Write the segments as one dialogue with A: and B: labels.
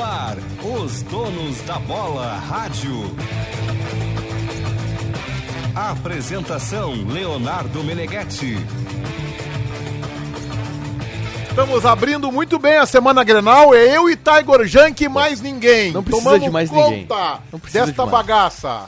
A: ar, os donos da bola rádio. Apresentação Leonardo Meneghetti.
B: Estamos abrindo muito bem a semana Grenal. É eu e Tiger Junk e mais ninguém.
C: Não precisa
B: Tomamos
C: de mais
B: conta
C: ninguém. Não precisa de
B: desta
C: mais.
B: bagaça.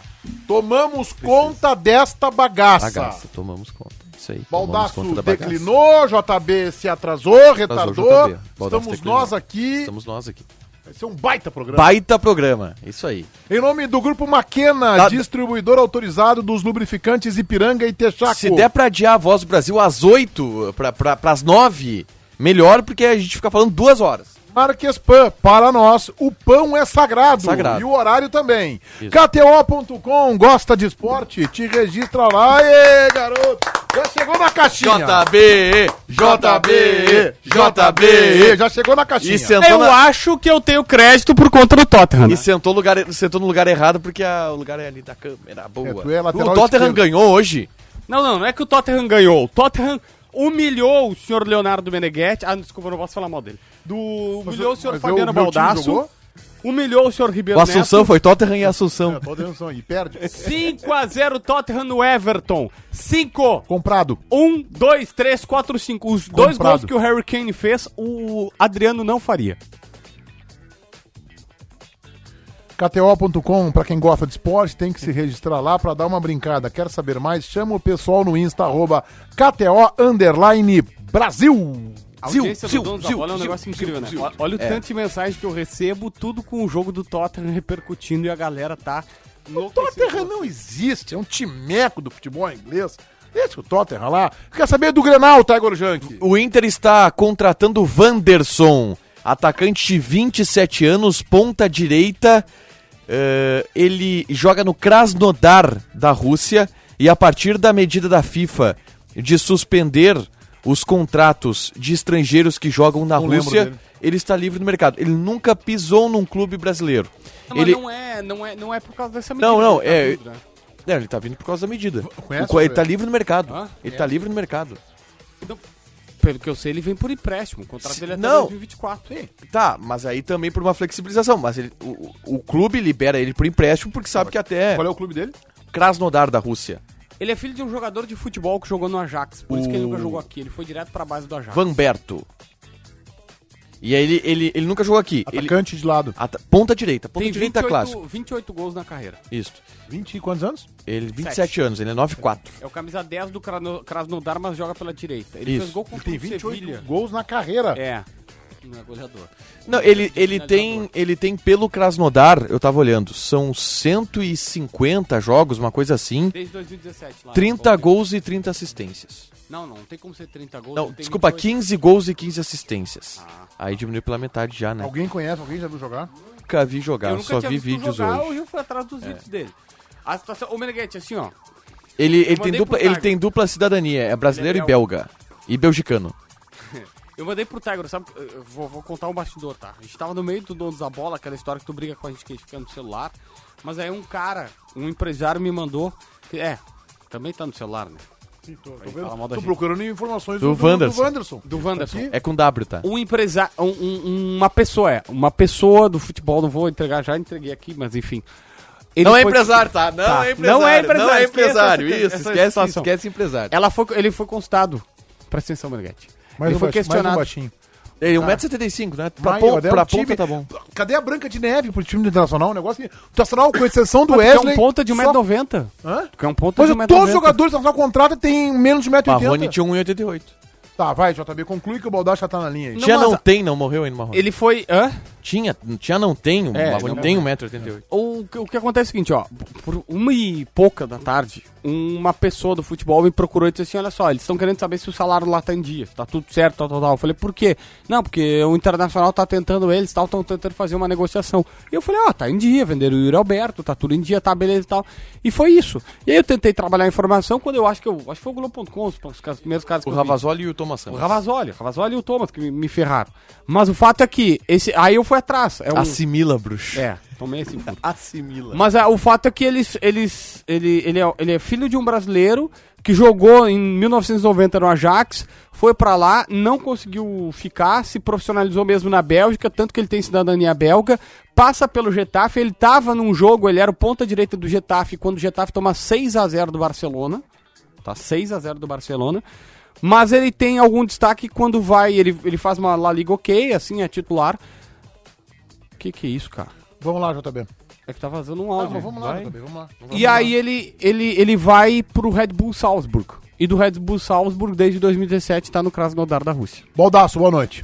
B: Tomamos conta desta bagaça.
C: Bagaça, tomamos conta. Isso aí. tomamos
B: Baldaço
C: conta da bagaça.
B: declinou, JB se atrasou, retardou.
C: JB. Baldaço
B: Estamos
C: declinou.
B: nós aqui.
C: Estamos nós aqui.
B: Vai ser um baita programa.
C: Baita programa. Isso aí.
B: Em nome do Grupo Maquena,
C: Tá-
B: distribuidor autorizado dos lubrificantes Ipiranga e Texaco.
C: Se der pra adiar a voz do Brasil às 8, pra, pra, pras 9, melhor, porque a gente fica falando duas horas.
B: Marques Pan, para nós, o pão é sagrado.
C: Sagrado.
B: E o horário também.
C: Isso.
B: KTO.com, gosta de esporte? Te registra lá. Aê, garoto! Já chegou na caixinha.
C: JB, JB, JB.
B: Já chegou na caixinha.
C: E sentou,
D: Eu
C: na,
D: acho que eu tenho crédito por conta do
B: né?
D: Tottenham.
C: e sentou, lugar, sentou no lugar errado, porque a- o lugar é ali da câmera. Boa.
B: É, tu é
C: o
B: lateral
C: Tottenham
B: esquerdo.
C: ganhou hoje.
D: Não, não, não é que o Tottenham ganhou. O Tottenham humilhou o senhor Leonardo Meneghetti. Ah, desculpa, eu não posso falar mal dele. Do, humilhou o senhor
B: mas
D: Fabiano
B: o meu time
D: Baldasso.
B: jogou?
D: Humilhou o senhor Ribeiro
C: O Assunção
D: Neto.
C: foi Tottenham e Assunção.
B: Tô dando som aí, perde.
D: 5x0 Tottenham no Everton. um, 5.
B: Comprado.
D: 1, 2, 3, 4, 5. Os dois
B: Comprado.
D: gols que o Harry Kane fez, o Adriano não faria.
B: KTO.com, para quem gosta de esporte, tem que se registrar lá para dar uma brincada. Quer saber mais? Chama o pessoal no Insta, arroba KTO Underline Brasil.
D: A
C: Zil,
D: audiência
C: zil,
D: do Donos da
C: zil,
D: Bola é um
C: zil,
D: negócio
C: zil,
D: incrível, né?
C: zil.
D: Olha- Olha o
C: É.
D: tanto de mensagem que eu recebo, tudo com o jogo do Tottenham repercutindo e a galera tá
B: O Tottenham
D: enlouquecida.
B: não existe, é um timeco do futebol inglês. Deixa o Tottenham lá. Quer saber do Grenal, Tiger Junk?
C: O Inter está contratando o Wanderson, atacante de 27 anos, ponta direita. Eh, ele joga no Krasnodar da Rússia e a partir da medida da FIFA de suspender os contratos de estrangeiros que jogam na
B: Não lembro
C: Rússia,
B: dele.
C: ele está livre no mercado. Ele nunca pisou num clube brasileiro.
D: Não, mas
C: ele
D: não é, não é, não é por causa dessa
C: Não, não,
D: tá
C: é-
D: tudo, né?
C: não, ele está vindo por causa da medida.
B: Conhece,
C: O co- ele
B: Fred?
C: está livre no mercado.
D: Ah,
C: ele está livre no mercado.
D: Então, pelo que eu sei, ele vem por empréstimo. O contrato
C: Se-
D: dele é até
C: não.
D: 2024.
C: Tá, mas aí também por uma flexibilização. Mas ele- o, o clube libera ele por empréstimo porque sabe que até
B: Qual é o clube dele?
C: Krasnodar da Rússia.
D: Ele é filho de um jogador de futebol que jogou no Ajax. Por isso que ele
C: O-
D: nunca jogou aqui. Ele foi direto pra base do Ajax.
C: Vanberto. E aí ele, ele, ele nunca jogou aqui. Ele,
B: Atacante de lado.
C: ata- ponta direita. Ponta
D: Tem
C: direita
D: 28,
C: clássico.
D: 28 gols na carreira.
C: Isso.
B: 20 e quantos anos?
C: Ele 27 anos, ele é 9'4.
D: É o camisa 10 do Krano- Krasnodar, mas joga pela direita. Ele
C: Isso.
D: fez gol contra
B: Tem
D: o
B: 28
D: Sevilha.
B: gols na carreira.
D: É. Não é goleador.
C: Não, ele, ele, tem, ele tem pelo Krasnodar, eu tava olhando, são 150 jogos, uma coisa assim.
D: Desde 2017 lá.
C: 30
D: Bom,
C: gols e 30 assistências.
D: Não, não, não tem como ser 30 gols.
C: Não,
D: tem
C: desculpa,
D: 28.
C: 15 gols e 15 assistências.
D: Ah.
C: Aí diminuiu pela metade já, né?
B: Alguém conhece, alguém já viu jogar?
C: Nunca vi
D: Eu
C: jogar,
D: nunca
C: só
D: tinha
C: vi
D: visto
C: vídeos
D: jogar,
C: hoje. É.
D: hoje. Eu fui atrás dos vídeos dele. A situação. Ô, Meneghetti, assim, ó.
C: Ele, ele, tem
D: mandei
C: dupla,
D: pro
C: ele
D: Thiago.
C: tem dupla cidadania, é brasileiro
D: Ele é
C: e belga. E belgicano.
D: Eu mandei pro Tiger, sabe? Eu- eu vou, vou contar um bastidor, tá? A gente tava no meio do dono da bola, aquela história que tu briga com a gente que a gente fica no celular. Mas aí um cara, um empresário me mandou. Que, é, também tá no celular, né?
B: Tô,
D: vendo? Tô
B: procurando informações
C: do- do- do
B: Wanderson.
D: Do Wanderson.
C: É com W, tá?
D: Um empresário. uma pessoa, é. Uma pessoa do futebol, não vou entregar, já entreguei aqui, mas enfim. Ele foi-
C: tá? Não
D: Tá. Não é empresário, esquece essa-
C: Isso,
D: essa
C: esquece,
D: situação.
C: esquece empresário.
D: Ela foi, ele foi consultado. Presta atenção, Meneghetti.
B: Mais
D: ele
B: um,
D: foi
B: baixinho, mais um
D: questionado.
B: baixinho.
C: Ele é 1,75m, né? Pra,
B: Mas,
C: pon-
B: ó, daí
C: pra
B: o time-
C: ponta tá bom.
B: Cadê a Branca de Neve pro time do Internacional? Um negócio que... O Internacional, com exceção do
D: Tu quer
B: Wesley...
D: um ponta de
B: só-
D: 1,90m.
B: Hã?
D: Tu quer um ponta
B: Mas
D: de
B: todos os
D: 1,90m.
B: jogadores do Internacional contrata tem menos de 1,80m.
C: Marrone tinha 1,88m.
D: tipo-
B: Tá, vai, JB, conclui que o Baldaço já tá na linha aí.
D: Não,
C: Tinha não
D: mas-
C: tem, não morreu ainda o Marrone.
D: Ele foi. Hã?
C: Tinha, tinha não tem, o
D: É,
C: Marrone
D: não
C: tem 1,88m.
D: O, que- o que acontece é o seguinte, ó. Por uma e pouca da tarde, uma pessoa do futebol me procurou e disse assim: olha só, eles estão querendo saber se o salário lá tá em dia, se tá tudo certo, tal, tal, tal. Eu falei, por quê? Não, porque o Internacional tá tentando eles, tal, estão tentando fazer uma negociação. E eu falei, ó, tá em dia, venderam o Yuri Alberto, tá tudo em dia, tá, beleza e tal. E foi isso. E aí eu tentei trabalhar a informação quando eu acho que eu. Acho que foi o Globo.com, os, os primeiros caras que
C: O
D: eu vi.
C: Ravazoli e o Thomas
D: O
C: Santos.
D: Ravazoli, o Ravazoli e o Thomas que me, me ferraram. Mas o fato é que esse, aí eu fui foi atrás. É um...
C: Assimila, bruxo.
D: É, tomei esse furo.
C: Assimila.
D: Mas ah, o fato é que eles, eles, ele, ele, é, ele é filho de um brasileiro que jogou em 1990 no Ajax, foi pra lá, não conseguiu ficar, se profissionalizou mesmo na Bélgica, tanto que ele tem cidadania belga, passa pelo Getafe, ele tava num jogo, ele era o ponta direita do Getafe, quando o Getafe toma 6 a 0 do Barcelona, tá 6 a 0 do Barcelona. Mas ele tem algum destaque quando vai, ele, ele faz uma La Liga OK, assim, é titular. Que que é isso, cara?
B: Vamos lá, JB.
D: É que tá vazando um
B: Ah,
D: áudio.
B: mas vamos lá,
D: Vai.
B: JB, vamos lá. Vamos
D: E
B: lá.
D: aí ele, ele, ele vai pro Red Bull Salzburg. E do Red Bull Salzburg, desde 2017, tá no Krasnodar da Rússia.
B: Baldaço, boa noite.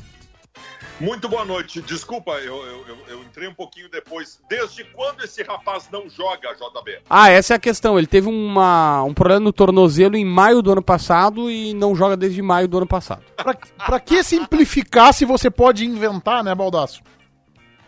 E: Muito boa noite. Desculpa, eu, eu- eu- eu entrei um pouquinho depois. Desde quando esse rapaz não joga, JB?
D: Ah, essa é a questão. Ele teve uma, um problema no tornozelo em maio do ano passado e não joga desde maio do ano passado.
B: Pra, pra que simplificar se você pode inventar, né, Baldaço?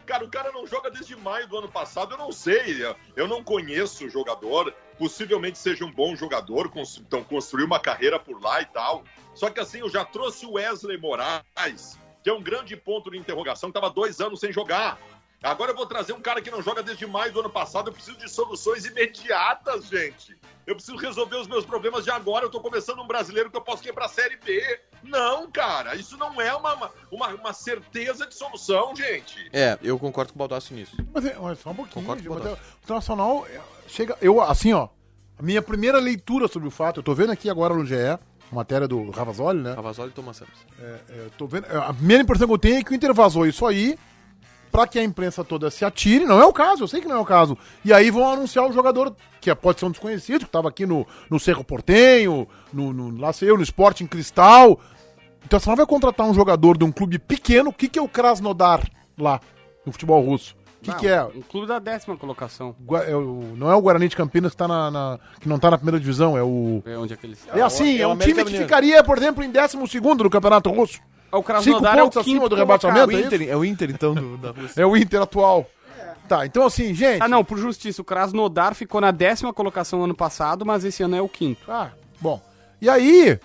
E: Cara, o cara não joga desde maio do ano passado, eu não sei. Eu não conheço o jogador. Possivelmente seja um bom jogador, cons- então construiu uma carreira por lá e tal. Só que assim, eu já trouxe o Wesley Moraes, que é um grande ponto de interrogação, que tava dois anos sem jogar. Agora eu vou trazer um cara que não joga desde maio do ano passado. Eu preciso de soluções imediatas, gente. Eu preciso resolver os meus problemas de agora. Eu tô começando um brasileiro que eu posso quebrar a Série B. Não, cara. Isso não é uma, uma, uma certeza de solução, gente.
C: É, eu concordo com o Baldasso nisso.
B: Mas, é- mas só um pouquinho.
C: Concordo
B: gente,
C: com o
B: mas é- o Internacional é, chega. Eu, assim, ó. A minha primeira leitura sobre o fato, eu tô vendo aqui agora no GE, a matéria do Ravazoli, né?
C: Cavazoli e Thomas Santos.
B: É, tô vendo, é, a primeira impressão que eu tenho é que o Inter vazou isso aí pra que a imprensa toda se atire. Não é o caso, eu sei que não é o caso. E aí vão anunciar o jogador, que é- pode ser um desconhecido, que tava aqui no, no Cerro Portenho, no, no, lá sei eu, no Sporting Cristal. Então você não vai contratar um jogador de um clube pequeno. O que, que é o Krasnodar lá no futebol russo? O que, que é?
D: Um clube da décima colocação.
B: Gua- é o- não é o Guarani de Campinas que, tá na, na- que não tá na primeira divisão, é o.
D: É onde é que eles-
B: É assim, é,
C: é o
B: um
C: América
B: time que
C: Mineiro.
B: ficaria, por exemplo, em 12 no Campeonato Russo.
D: O
B: Cinco
D: Krasnodar é o
B: pontos
D: quinto
B: acima do
C: É o
D: Ah,
B: rebaixamento. é isso?
C: Inter, é o Inter então, do- da Rússia.
B: É o Inter atual. Tá, então assim, gente.
D: Ah, não, por justiça. O Krasnodar ficou na décima colocação ano passado, mas esse ano é o quinto.
B: Ah, bom. E aí,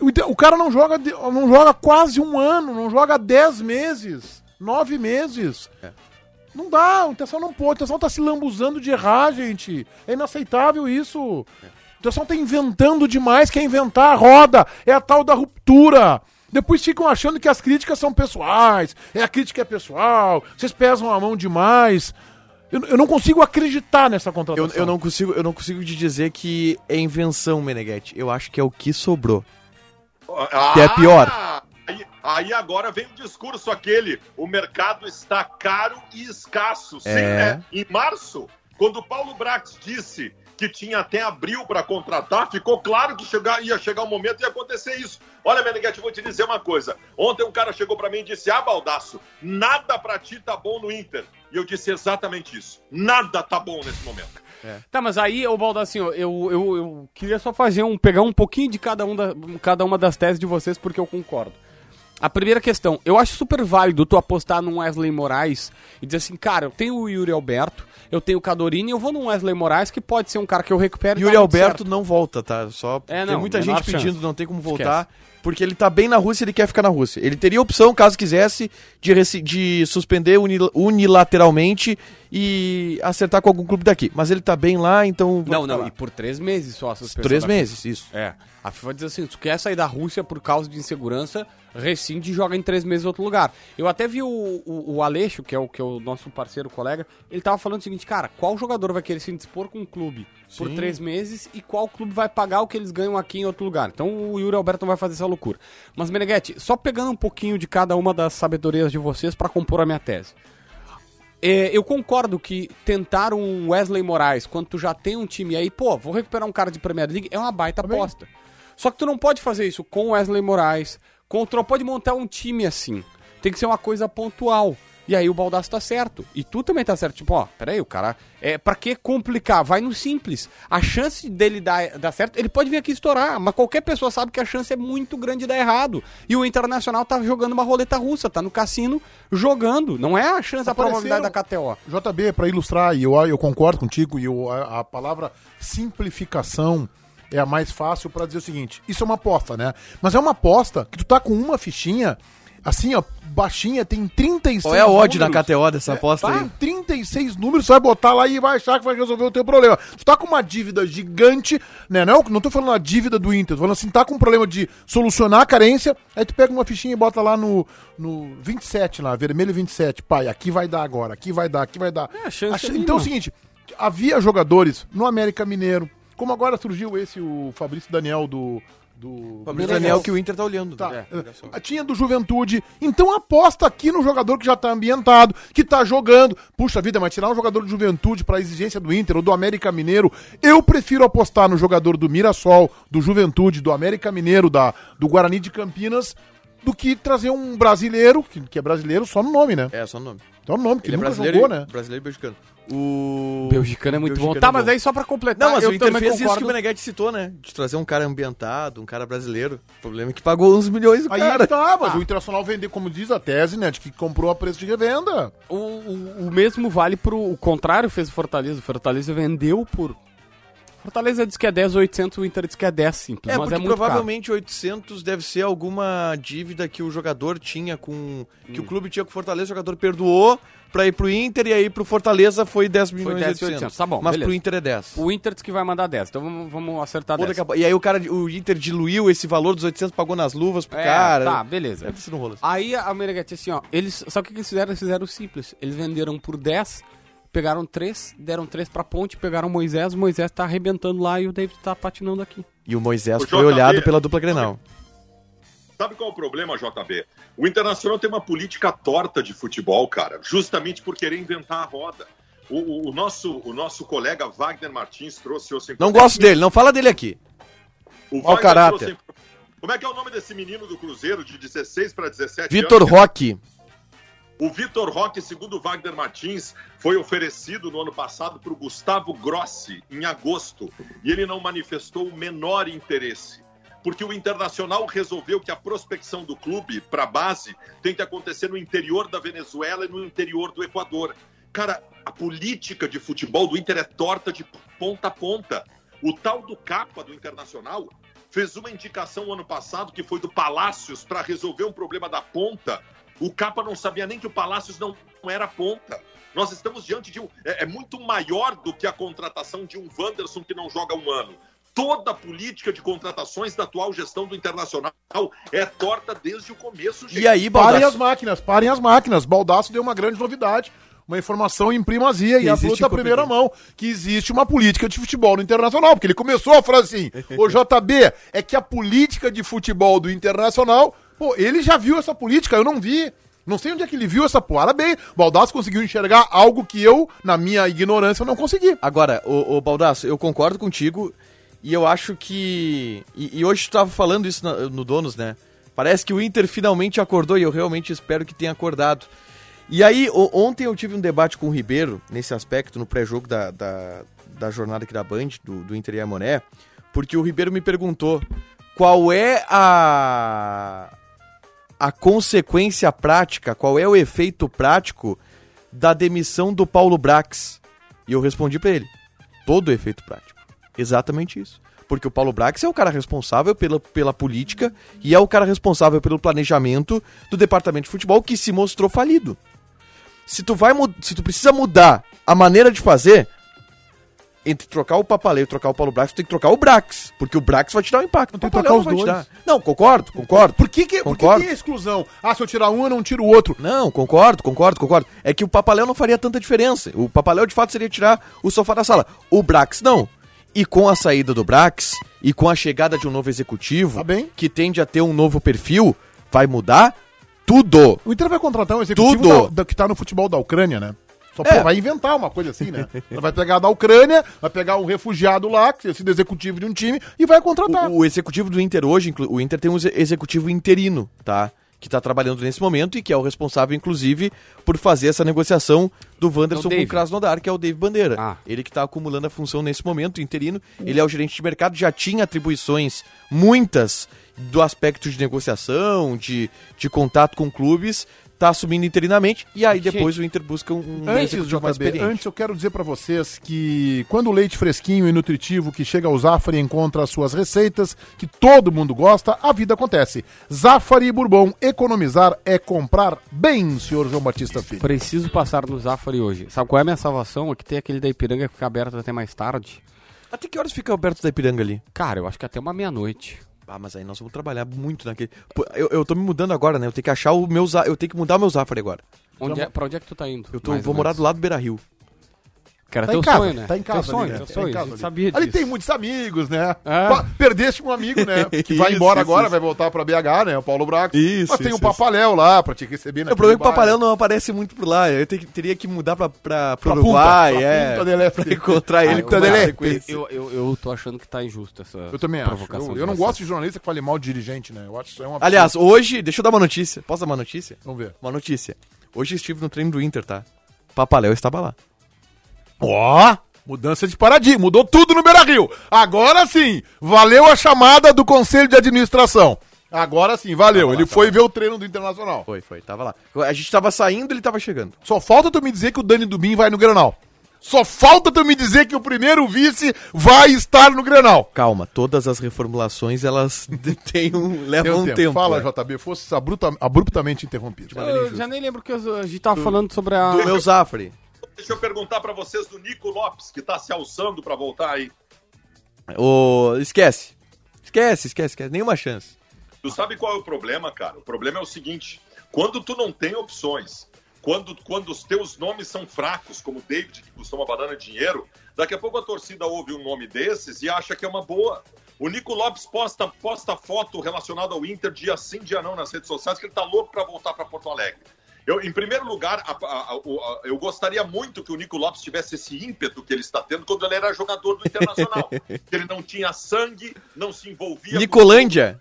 B: o, Inter- o cara não joga, de- não joga quase um ano, não joga dez meses, nove meses.
C: É.
B: Não dá, o Intenção não pode, o Intenção tá se lambuzando de errar, gente. É inaceitável isso.
C: É.
B: O Intenção tá inventando demais, quer inventar a roda, é a tal da ruptura. Depois ficam achando que as críticas são pessoais, é a crítica é pessoal, vocês pesam a mão demais. Eu, eu não consigo acreditar nessa
C: Eu,
B: contratação.
C: eu não consigo, eu não consigo te dizer que é invenção, Meneghetti. Eu acho que é o que sobrou.
D: Tá
E: Ah,
C: Que é pior.
E: Aí, aí agora vem o discurso aquele: o mercado está caro e escasso. Sim,
C: É.
E: né? Em março, quando o Paulo Brax disse que tinha até abril para contratar, ficou claro que chegar, ia chegar um momento e ia acontecer isso. Olha, Meneghete, eu vou te dizer uma coisa. Ontem um cara chegou para mim e disse: Ah, Baldaço, nada para ti tá bom no Inter. E eu disse exatamente isso. Nada tá bom nesse momento.
D: Tá, mas aí, ô Baldacinho, eu, eu, eu queria só fazer um. pegar um pouquinho de cada, um da, cada uma das teses de vocês, porque eu concordo. A primeira questão, eu acho super válido tu apostar num Wesley Moraes e dizer assim, cara, eu tenho o Yuri Alberto, eu tenho o Cadorini, eu vou num Wesley Moraes que pode ser um cara que eu recupero e
C: Yuri
D: dá muito
C: Alberto
D: certo.
C: não volta, tá? Só
D: É,
C: tem
D: não,
C: muita
D: menor
C: gente
D: chance.
C: pedindo, não tem como voltar, porque ele tá bem na Rússia, e ele quer ficar na Rússia. Ele teria opção, caso quisesse, de, reci- de suspender unil- unilateralmente e acertar com algum clube daqui. Mas ele tá bem lá, então vou
D: Não,
C: ficar
D: não,
C: lá.
D: e por três meses só a suspensão.
C: três
D: da-
C: meses, isso.
D: É. A FIFA diz assim: tu quer sair da Rússia por causa de insegurança, rescinde e joga em três meses em outro lugar. Eu até vi o, o, o Aleixo, que é o, que é o nosso parceiro colega, ele tava falando o seguinte, cara, qual jogador vai querer se dispor com um clube por
C: Sim.
D: três meses e qual clube vai pagar o que eles ganham aqui em outro lugar? Então o Yuri Alberto não vai fazer essa loucura. Mas, Meneghetti, só pegando um pouquinho de cada uma das sabedorias de vocês pra compor a minha tese. É, eu concordo que tentar um Wesley Moraes quando tu já tem um time aí, pô, vou recuperar um cara de Premier League, é uma baita aposta. Só que tu não pode fazer isso com o Wesley Moraes, com o tu não pode montar um time assim. Tem que ser uma coisa pontual. E aí o Baldaço tá certo. E tu também tá certo. Tipo, ó, peraí, o cara. É, pra que complicar? Vai no simples. A chance dele dar, dar certo, ele pode vir aqui estourar, mas qualquer pessoa sabe que a chance é muito grande de dar errado. E o Internacional tá jogando uma roleta russa, tá no cassino jogando. Não é a chance, a
B: Apareceram-
D: probabilidade da KTO.
B: JB, para ilustrar, e eu, eu concordo contigo, e eu- a, a palavra simplificação é a mais fácil para dizer o seguinte: isso é uma aposta, né? Mas é uma aposta que tu tá com uma fichinha assim, ó, baixinha, tem 36
C: Qual é a odd na
B: números.
C: KTO
D: É,
C: dessa aposta
B: Tá,
C: aí?
B: 36 números, você vai botar lá e vai achar que vai resolver o teu problema. Tu tá com uma dívida gigante, né? Não, não tô falando a dívida do Inter, tô falando assim, tá com um problema de solucionar a carência, aí tu pega uma fichinha e bota lá no, no 27 lá, vermelho 27. Pai, aqui vai dar agora, aqui vai dar, aqui vai dar.
D: a chance
B: Acho-
D: é mínima.
B: então é o seguinte, havia jogadores no América Mineiro, como agora surgiu esse, o Fabrício Daniel do... do
C: Fabrício Daniel que o Inter tá olhando.
B: Tá.
C: né?
B: Eh, tinha do Juventude. Então aposta aqui no jogador que já tá ambientado, que tá jogando. Puxa vida, mas tirar um jogador do Juventude pra exigência do Inter ou do América Mineiro, eu prefiro apostar no jogador do Mirassol, do Juventude, do América Mineiro, da, do Guarani de Campinas, do que trazer um brasileiro, que, que é brasileiro só no nome, né?
C: É, só o nome.
B: Só no nome, que
C: Ele é
B: nunca
C: brasileiro,
B: jogou,
C: e-
B: né?
C: brasileiro e belgicano. O
D: Belgicano é muito
C: Belgicano
D: bom. Tá,
C: é
D: mas aí só pra completar,
C: Não, mas
D: eu
C: o Inter
D: também
C: fez isso que
D: concordo.
C: o Meneghetti citou, né? De trazer um cara ambientado, um cara brasileiro. O problema é que pagou uns milhões o
B: Aí
C: cara.
B: tá, mas
D: Ah.
B: o Internacional vendeu, como diz a tese, né? De que comprou a preço de revenda.
D: O, o- o mesmo vale pro. O contrário fez o Fortaleza. O Fortaleza vendeu por. Fortaleza diz que é 10, 800, o Inter diz que é 10 simples.
C: É,
D: mas
C: porque
D: é muito
C: provavelmente 800 deve ser alguma dívida que o jogador tinha com...
D: Hum.
C: Que o clube tinha com o Fortaleza, o jogador perdoou pra ir pro Inter e aí pro Fortaleza foi 10 milhões e
D: 10 e
C: 800.
D: 800, tá bom,
C: Mas
D: beleza.
C: pro Inter é 10.
D: caro. O Inter diz que vai mandar 10, então vamos, vamos acertar
C: Ou
D: 10.
C: daqui a pouco- E aí o cara, o Inter diluiu esse valor dos 800, pagou nas luvas pro
D: É,
C: cara.
D: tá, beleza.
C: Deve ser um rolo.
D: Aí a Meneghete assim, ó, eles, só que o que eles fizeram? Eles fizeram o simples. Eles venderam por 10, pegaram 3, deram 3 pra ponte, pegaram o Moisés, o Moisés tá arrebentando lá e o David tá patinando aqui.
C: E o Moisés
E: O
C: foi
E: JB.
C: olhado pela dupla Grenal.
E: Sabe qual é o problema, JB? O Internacional tem uma política torta de futebol, cara, justamente por querer inventar a roda. O, o- o nosso, o nosso colega Wagner Martins trouxe o
C: Não gosto dele, não fala dele aqui.
E: o
C: mau
E: Wagner
C: caráter.
E: trouxe- Como é que é o nome desse menino do Cruzeiro de 16 para 17
C: Vitor
E: anos?
C: Roque.
E: O Vitor Roque, segundo o Wagner Martins, foi oferecido no ano passado para o Gustavo Grossi, em agosto, e ele não manifestou o menor interesse. Porque o Internacional resolveu que a prospecção do clube para a base tem que acontecer no interior da Venezuela e no interior do Equador. Cara, a política de futebol do Inter é torta de ponta a ponta. O tal do capa do Internacional fez uma indicação ano passado que foi do Palácios para resolver um problema da ponta. O Capa não sabia nem que o Palácios não era ponta. Nós estamos diante de um. É, é muito maior do que a contratação de um Wanderson que não joga um ano. Toda a política de contratações da atual gestão do Internacional é torta desde o começo, gente.
C: E aí,
B: Parem as
C: Baldasso?
B: máquinas, parem as máquinas. Baldaço deu uma grande novidade. Uma informação em primazia e
C: existe
B: afluta a
C: um
B: primeira mão que existe uma política de futebol no internacional. Porque ele começou a frase assim: Ô JB, é que a política de futebol do internacional, pô, ele já viu essa política, eu não vi. Não sei onde é que ele viu essa porra. Bem, Baldaço conseguiu enxergar algo que eu, na minha ignorância, não consegui.
C: Agora, o, Baldaço, eu concordo contigo e eu acho que. E, e hoje tu tava falando isso na- no Donos, né? Parece que o Inter finalmente acordou e eu realmente espero que tenha acordado. E aí, o- ontem eu tive um debate com o Ribeiro nesse aspecto, no pré-jogo da, da, da jornada aqui da Band, do, do Inter e a Moné, porque o Ribeiro me perguntou qual é a. a consequência prática, qual é o efeito prático da demissão do Paulo Brax. E eu respondi pra ele: todo o efeito prático. Exatamente isso. Porque o Paulo Brax é o cara responsável pela, pela política e é o cara responsável pelo planejamento do departamento de futebol que se mostrou falido. Se tu vai mu- se tu precisa mudar a maneira de fazer entre trocar o Papaleu e trocar o Paulo Brax, tu tem que trocar o Brax, porque o Brax vai te dar um
B: tem
C: impacto.
B: que
C: o Papaleu
B: trocar os
C: não vai te
B: dois.
C: dar. Não, concordo, concordo.
B: Por que, que, por que,
C: Concordo.
B: que é exclusão? Ah, se eu tirar um, eu não tiro o outro.
C: Não, concordo, concordo, concordo. É que o Papaléu não faria tanta diferença. O Papaléu de fato seria tirar o sofá da sala. O Brax não. E com a saída do Brax e com a chegada de um novo executivo,
B: Tá bem.
C: que tende a ter um novo perfil, vai mudar tudo.
B: O Inter vai contratar um executivo
C: Tudo.
B: da- da- que tá no futebol da Ucrânia, né? Só
C: É.
B: pô, vai inventar uma coisa assim, né? vai pegar da Ucrânia, vai pegar um refugiado lá, que é sido executivo de um time, e vai contratar.
C: O, o executivo do Inter hoje, inclu- o Inter tem um exe- executivo interino, tá? Que tá trabalhando nesse momento e que é o responsável, inclusive, por fazer essa negociação do Wanderson
D: Não,
C: com o
D: Dave.
C: Krasnodar, que é o Dave Bandeira.
D: Ah.
C: Ele que está acumulando a função nesse momento, interino. Ele é o gerente de mercado, já tinha atribuições, muitas, do aspecto de negociação, de, de contato com clubes, está assumindo interinamente, e aí depois o Inter busca um um
B: Antes,
C: executivo mais
B: JB,
C: experiente.
B: antes eu quero dizer pra vocês que quando o leite fresquinho e nutritivo que chega ao Zafari encontra as suas receitas, que todo mundo gosta, a vida acontece. Zafari Bourbon, economizar é comprar bem, senhor João Batista Filho.
D: Preciso passar no Zafari hoje. Sabe qual é a minha salvação? É que tem aquele da Ipiranga que fica aberto até mais tarde.
C: Até que horas fica aberto da Ipiranga ali?
D: Cara, eu acho que é até uma meia-noite.
C: Ah, mas aí nós vamos trabalhar muito naquele. Pô, Eu, eu tô me mudando agora, né? Eu tenho que achar o meu. Za- Eu tenho que mudar meu Zafari agora.
B: Então
D: Onde é, pra onde é que tu tá indo?
C: Eu tô,
D: mais
C: vou
D: ou
C: morar
D: menos?
C: do lado do Beira Rio.
D: Cara,
B: Tá
D: teu
B: em casa,
D: sonho, né?
B: tá em casa
D: Teu sonho,
B: ali, né?
D: teu
B: Tá em
D: sonho.
B: casa
D: eu
B: ali.
D: sabia disso.
B: Ali tem muitos amigos, né?
D: É.
B: Pa- Perdeste um amigo, né? Que vai
C: Isso,
B: embora
C: isso,
B: agora,
C: isso.
B: vai voltar pra BH, né? O Paulo Braco.
C: Isso,
B: Mas tem
C: isso,
B: o Papaléu lá pra te receber.
C: O problema é que o Paparel não aparece muito por lá. Eu te- teria que mudar pra, pra, pro Uruguai, é.
B: Punta del Este.
C: pra encontrar ele
B: eu
C: com
B: também
C: mais
B: acho.
C: frequência.
D: Eu, eu, eu tô achando que tá injusta essa
B: tá, Eu também acho.
D: provocação.
B: Eu,
D: de
B: eu não
D: vocês.
B: gosto de jornalista que fale mal de dirigente, né? Eu acho isso é uma.
C: Aliás, hoje. Deixa eu dar uma notícia. Posso dar uma notícia?
B: Vamos ver.
C: Uma notícia. Hoje eu estive no treino do Inter, tá? Papaléu estava lá.
B: Ó, mudança de paradigma, mudou tudo no Beira Rio. Agora sim, valeu a chamada do Conselho de Administração. Agora sim, valeu. ele foi ver o treino do Internacional.
C: Foi, foi, tava lá. A gente tava saindo, ele tava chegando.
B: Só falta tu me dizer que o Dani Dubin vai no Grenal. Só falta tu me dizer que o primeiro vice vai estar no Grenal.
C: Calma, todas as reformulações elas têm um,
B: Tem um
C: levam um
B: tempo.
C: tempo.
B: Fala,
C: é.
B: JB, fosse abruta- abruptamente interrompido.
D: Eu já nem lembro que eu- a gente tava falando sobre a.
C: Do meu Zafre.
E: Deixa eu perguntar pra vocês do Nico Lopes, que tá se alçando pra voltar aí.
C: Ô, esquece. Esquece, esquece, esquece. Nenhuma chance.
E: Tu sabe qual é o problema, cara? O problema é o seguinte: quando tu não tem opções, quando, quando os teus nomes são fracos, como o David, que custou uma banana de dinheiro, daqui a pouco a torcida ouve um nome desses e acha que é uma boa. O Nico Lopes posta, posta foto relacionada ao Inter dia sim, dia não nas redes sociais, que ele tá louco pra voltar pra Porto Alegre. Eu, em primeiro lugar, a- a- a- o- a- eu gostaria muito que o Nico Lopes tivesse esse ímpeto que ele está tendo quando ele era jogador do Internacional. ele não tinha sangue, não se envolvia. com-
C: Nicolândia.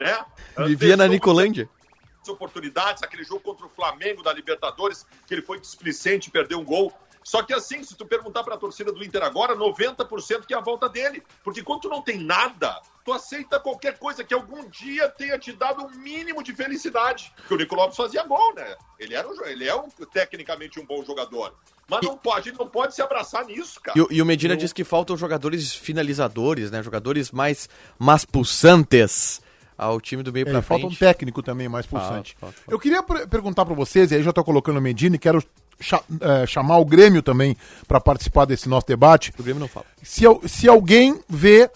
E: né?
C: Vivia na
E: Deixou
C: Nicolândia.
E: muitas oportunidades, aquele jogo contra o Flamengo da Libertadores, que ele foi displicente, perdeu um gol. Só que assim, se tu perguntar pra torcida do Inter agora, 90% que é a volta dele. Porque quando tu não tem nada, tu aceita qualquer coisa que algum dia tenha te dado um mínimo de felicidade. Que o Nico Lopes fazia gol, né? Ele, era um, jo- ele é um, tecnicamente um bom jogador. Mas não pode, a gente não pode se abraçar nisso, cara.
C: E, o- e o Medina diz que faltam jogadores finalizadores, né? Jogadores mais, mais pulsantes ao time do meio
B: É,
C: pra
B: falta um
C: frente. Ah,
B: técnico também mais pulsante.
C: Falta, falta, falta.
B: Eu queria per- perguntar pra vocês, e aí já tô colocando o Medina e quero cha- eh, chamar o Grêmio também pra participar desse nosso debate.
C: O Grêmio não fala.
B: Se, al- se alguém vê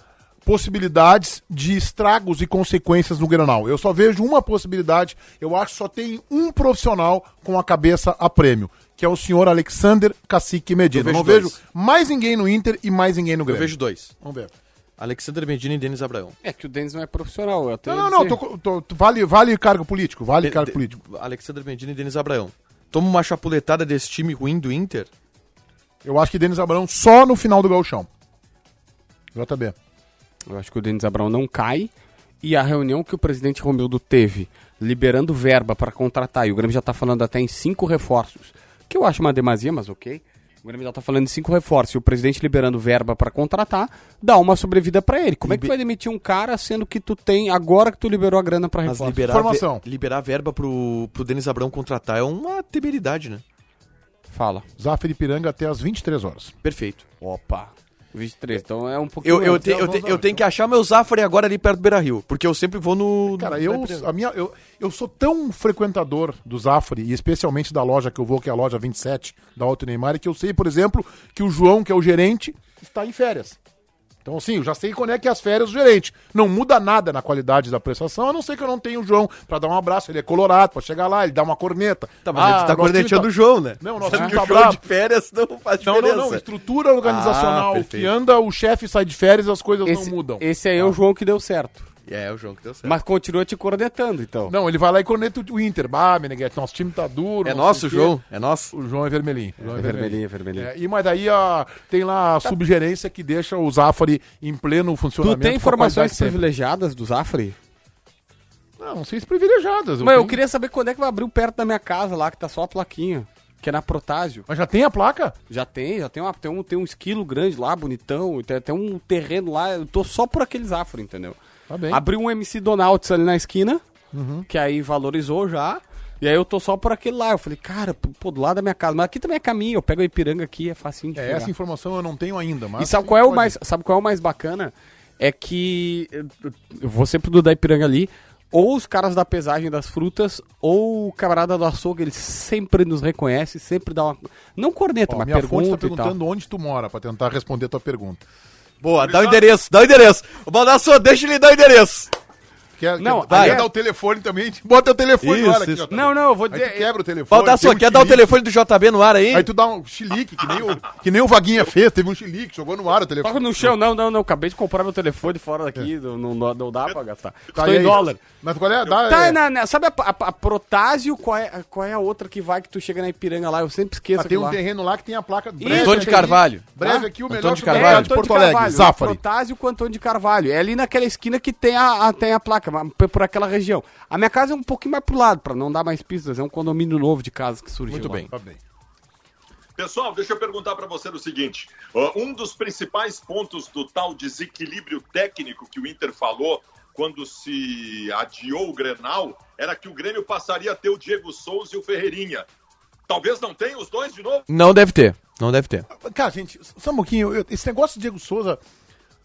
B: possibilidades de estragos e consequências no Granal. Eu só vejo uma possibilidade, eu acho que só tem um profissional com a cabeça a prêmio, que é o senhor Alexander Cacique Medina.
C: Eu vejo
B: não vejo
C: dois.
B: mais ninguém no Inter e mais ninguém no
C: Eu
B: Grêmio.
C: vejo dois.
B: Vamos ver.
C: Alexandre Medina e Denis Abraão.
D: É que o Denis não é profissional. Eu até
B: Não,
D: ia
B: não, não,
D: dizer.
B: tô co- tô- tô- vale, vale cargo político, vale cargo
C: De-
B: é político.
C: de- Alexandre Medina e Denis Abraão. Toma uma chapuletada desse time ruim do Inter.
B: Eu acho que Denis Abrão só no final do gauchão. JB.
D: Eu acho que o Denis Abraão não cai. E a reunião que o presidente Romildo teve, liberando verba para contratar, e o Grêmio já está falando até em cinco reforços, que eu acho uma demasia, mas ok. O Grêmio já está falando em cinco reforços, e o presidente liberando verba para contratar, dá uma sobrevida para ele. Como é que tu vai demitir um cara sendo que tu tem, agora que tu liberou a grana para
C: Mas
D: reforço?
C: liberar,
B: Formação.
C: ve- liberar verba pro, pro Denis Abrão contratar é uma temeridade, né?
D: Fala.
B: Zafra e Piranga até às 23 horas.
C: Perfeito.
D: Opa. 23, então é um pouquinho...
C: Eu, eu,
D: antes.
C: te- eu, te- eu tenho que achar meu Zafari agora ali perto do Beira Rio, porque eu sempre vou no.
B: Cara,
C: na
B: eu,
C: empresa.
B: a minha, eu, eu sou tão frequentador do Zafre e especialmente da loja que eu vou, que é a loja 27 da Auto Neymar, que eu sei, por exemplo, que o João, que é o gerente, está em férias. Então, assim, eu já sei quando é que é as férias do gerente. Não muda nada na qualidade da prestação, a não ser que eu não tenha o João pra dar um abraço. Ele é colorado, pra chegar lá, ele dá uma corneta.
C: Tá, mas ele tá
B: nosso time
C: corneteando
B: tá-
C: o João, né?
B: Não, nosso
C: Sabe
B: time
C: que o
B: tá
C: João
B: bravo.
C: de férias não faz
B: Não,
C: diferença.
B: não, não. Estrutura organizacional
C: Ah,
B: que
C: perfeito.
B: anda, o chefe sai de férias, as coisas
D: Esse,
B: não mudam.
D: esse aí é o João que deu certo.
C: É, é o João que deu certo.
D: Mas continua te cornetando, então.
B: Não, ele vai lá e conecta o Inter. Bah, Meneghete, nosso time tá duro.
C: é
B: não sei
C: nosso,
B: o quê.
C: João. É nosso.
B: O João é vermelhinho. O João é
D: vermelhinho, é vermelhinho. Tá.
B: É, e mas daí ó, tem lá a subgerência que deixa o Zafari em pleno
D: Tu
B: funcionamento.
D: tem
B: com a
D: informações
B: qualidade sempre.
D: privilegiadas do Zafre?
B: Não, não sei se privilegiadas.
D: Mas eu
B: tenho- Uhum.
D: queria saber quando é que vai abrir o perto da minha casa lá, que tá só a plaquinha. que é na Protásio.
B: Mas já tem a placa?
D: Já tem, já tem, uma, tem, um, tem um esquilo grande lá, bonitão, tem até um terreno lá, eu tô só por aqueles afro, entendeu?
B: Tá bem. Uhum.
D: Abriu um MC Donalds ali na esquina, que aí valorizou já, e aí eu tô só por aquele lá. Eu falei, cara, pô, do lado da minha casa, mas aqui também é caminho, eu pego a Ipiranga aqui, é facinho de
B: É,
D: pegar.
B: essa informação eu não tenho ainda, mas.
D: E sabe qual é o
B: pode.
D: mais, sabe qual é o mais bacana? É que eu- eu vou sempre do da Ipiranga ali, ou os caras da pesagem das frutas, ou o camarada do açougue, ele sempre nos reconhece, sempre dá uma não corneta,
B: Ó,
D: mas
B: minha fonte
D: pergunta
B: tá
D: e tal.
B: perguntando onde tu mora, pra tentar responder a tua pergunta.
C: Boa, dá o endereço, dá o endereço. Ô, Baldassô, deixa ele dar o endereço.
B: Quer,
D: Não,
B: quer, vai.
D: vai.
B: quer dar o telefone também? Bota o telefone
C: Isso,
B: na hora
C: isso.
B: ó, tá
D: Não, é-
B: bem.
D: não, eu vou
B: Aí
D: dizer,
B: tu quebra o telefone. tem
C: Baldassô,
B: um
C: quer dar o
B: chilique.
C: telefone do JB no ar aí?
B: Aí tu dá um chilique, que nem o, que nem o Vaguinha fez, teve um chilique, jogou no ar o telefone.
D: Toca no chão, não, não, não. Acabei de comprar meu telefone fora daqui, não, não, não dá pra gastar.
B: É. Tá,
D: Estou
B: e
D: em
B: aí?
D: dólar.
B: Mas qual é? Dá,
D: Tá,
B: é,
D: na, na- sabe a, a, a Protásio, qual é, qual é a outra que vai que tu chega na Ipiranga lá? Eu sempre esqueço
B: mas tem
D: aquilo
B: um
D: lá.
B: terreno lá que tem a placa do
D: Isso, Antônio
C: de Carvalho. Ah,
B: Breve
D: Tá?
B: aqui, o
C: Antônio
B: melhor
C: de
B: do
D: É,
C: Carvalho.
B: mercado de
D: Antônio
B: Porto Alegre,
D: Carvalho,
B: Zafari.
D: Protásio com Antônio de Carvalho. É ali naquela esquina que tem a, a- tem a placa, mas p- por aquela região. A minha casa é um pouquinho mais pro lado, pra não dar mais pistas. É um condomínio novo de casas que surgiu.
C: Muito
D: lá.
C: bem.
B: Tá bem.
E: Pessoal, deixa eu perguntar para você o seguinte: ó, um dos principais pontos do tal desequilíbrio técnico que o Inter falou quando se adiou o Grenal era que o Grêmio passaria a ter o Diego Souza e o Ferreirinha. Talvez não tenha os dois de novo.
C: Não deve ter, não deve ter.
B: Cara, gente, só um pouquinho, eu- esse negócio do Diego Souza,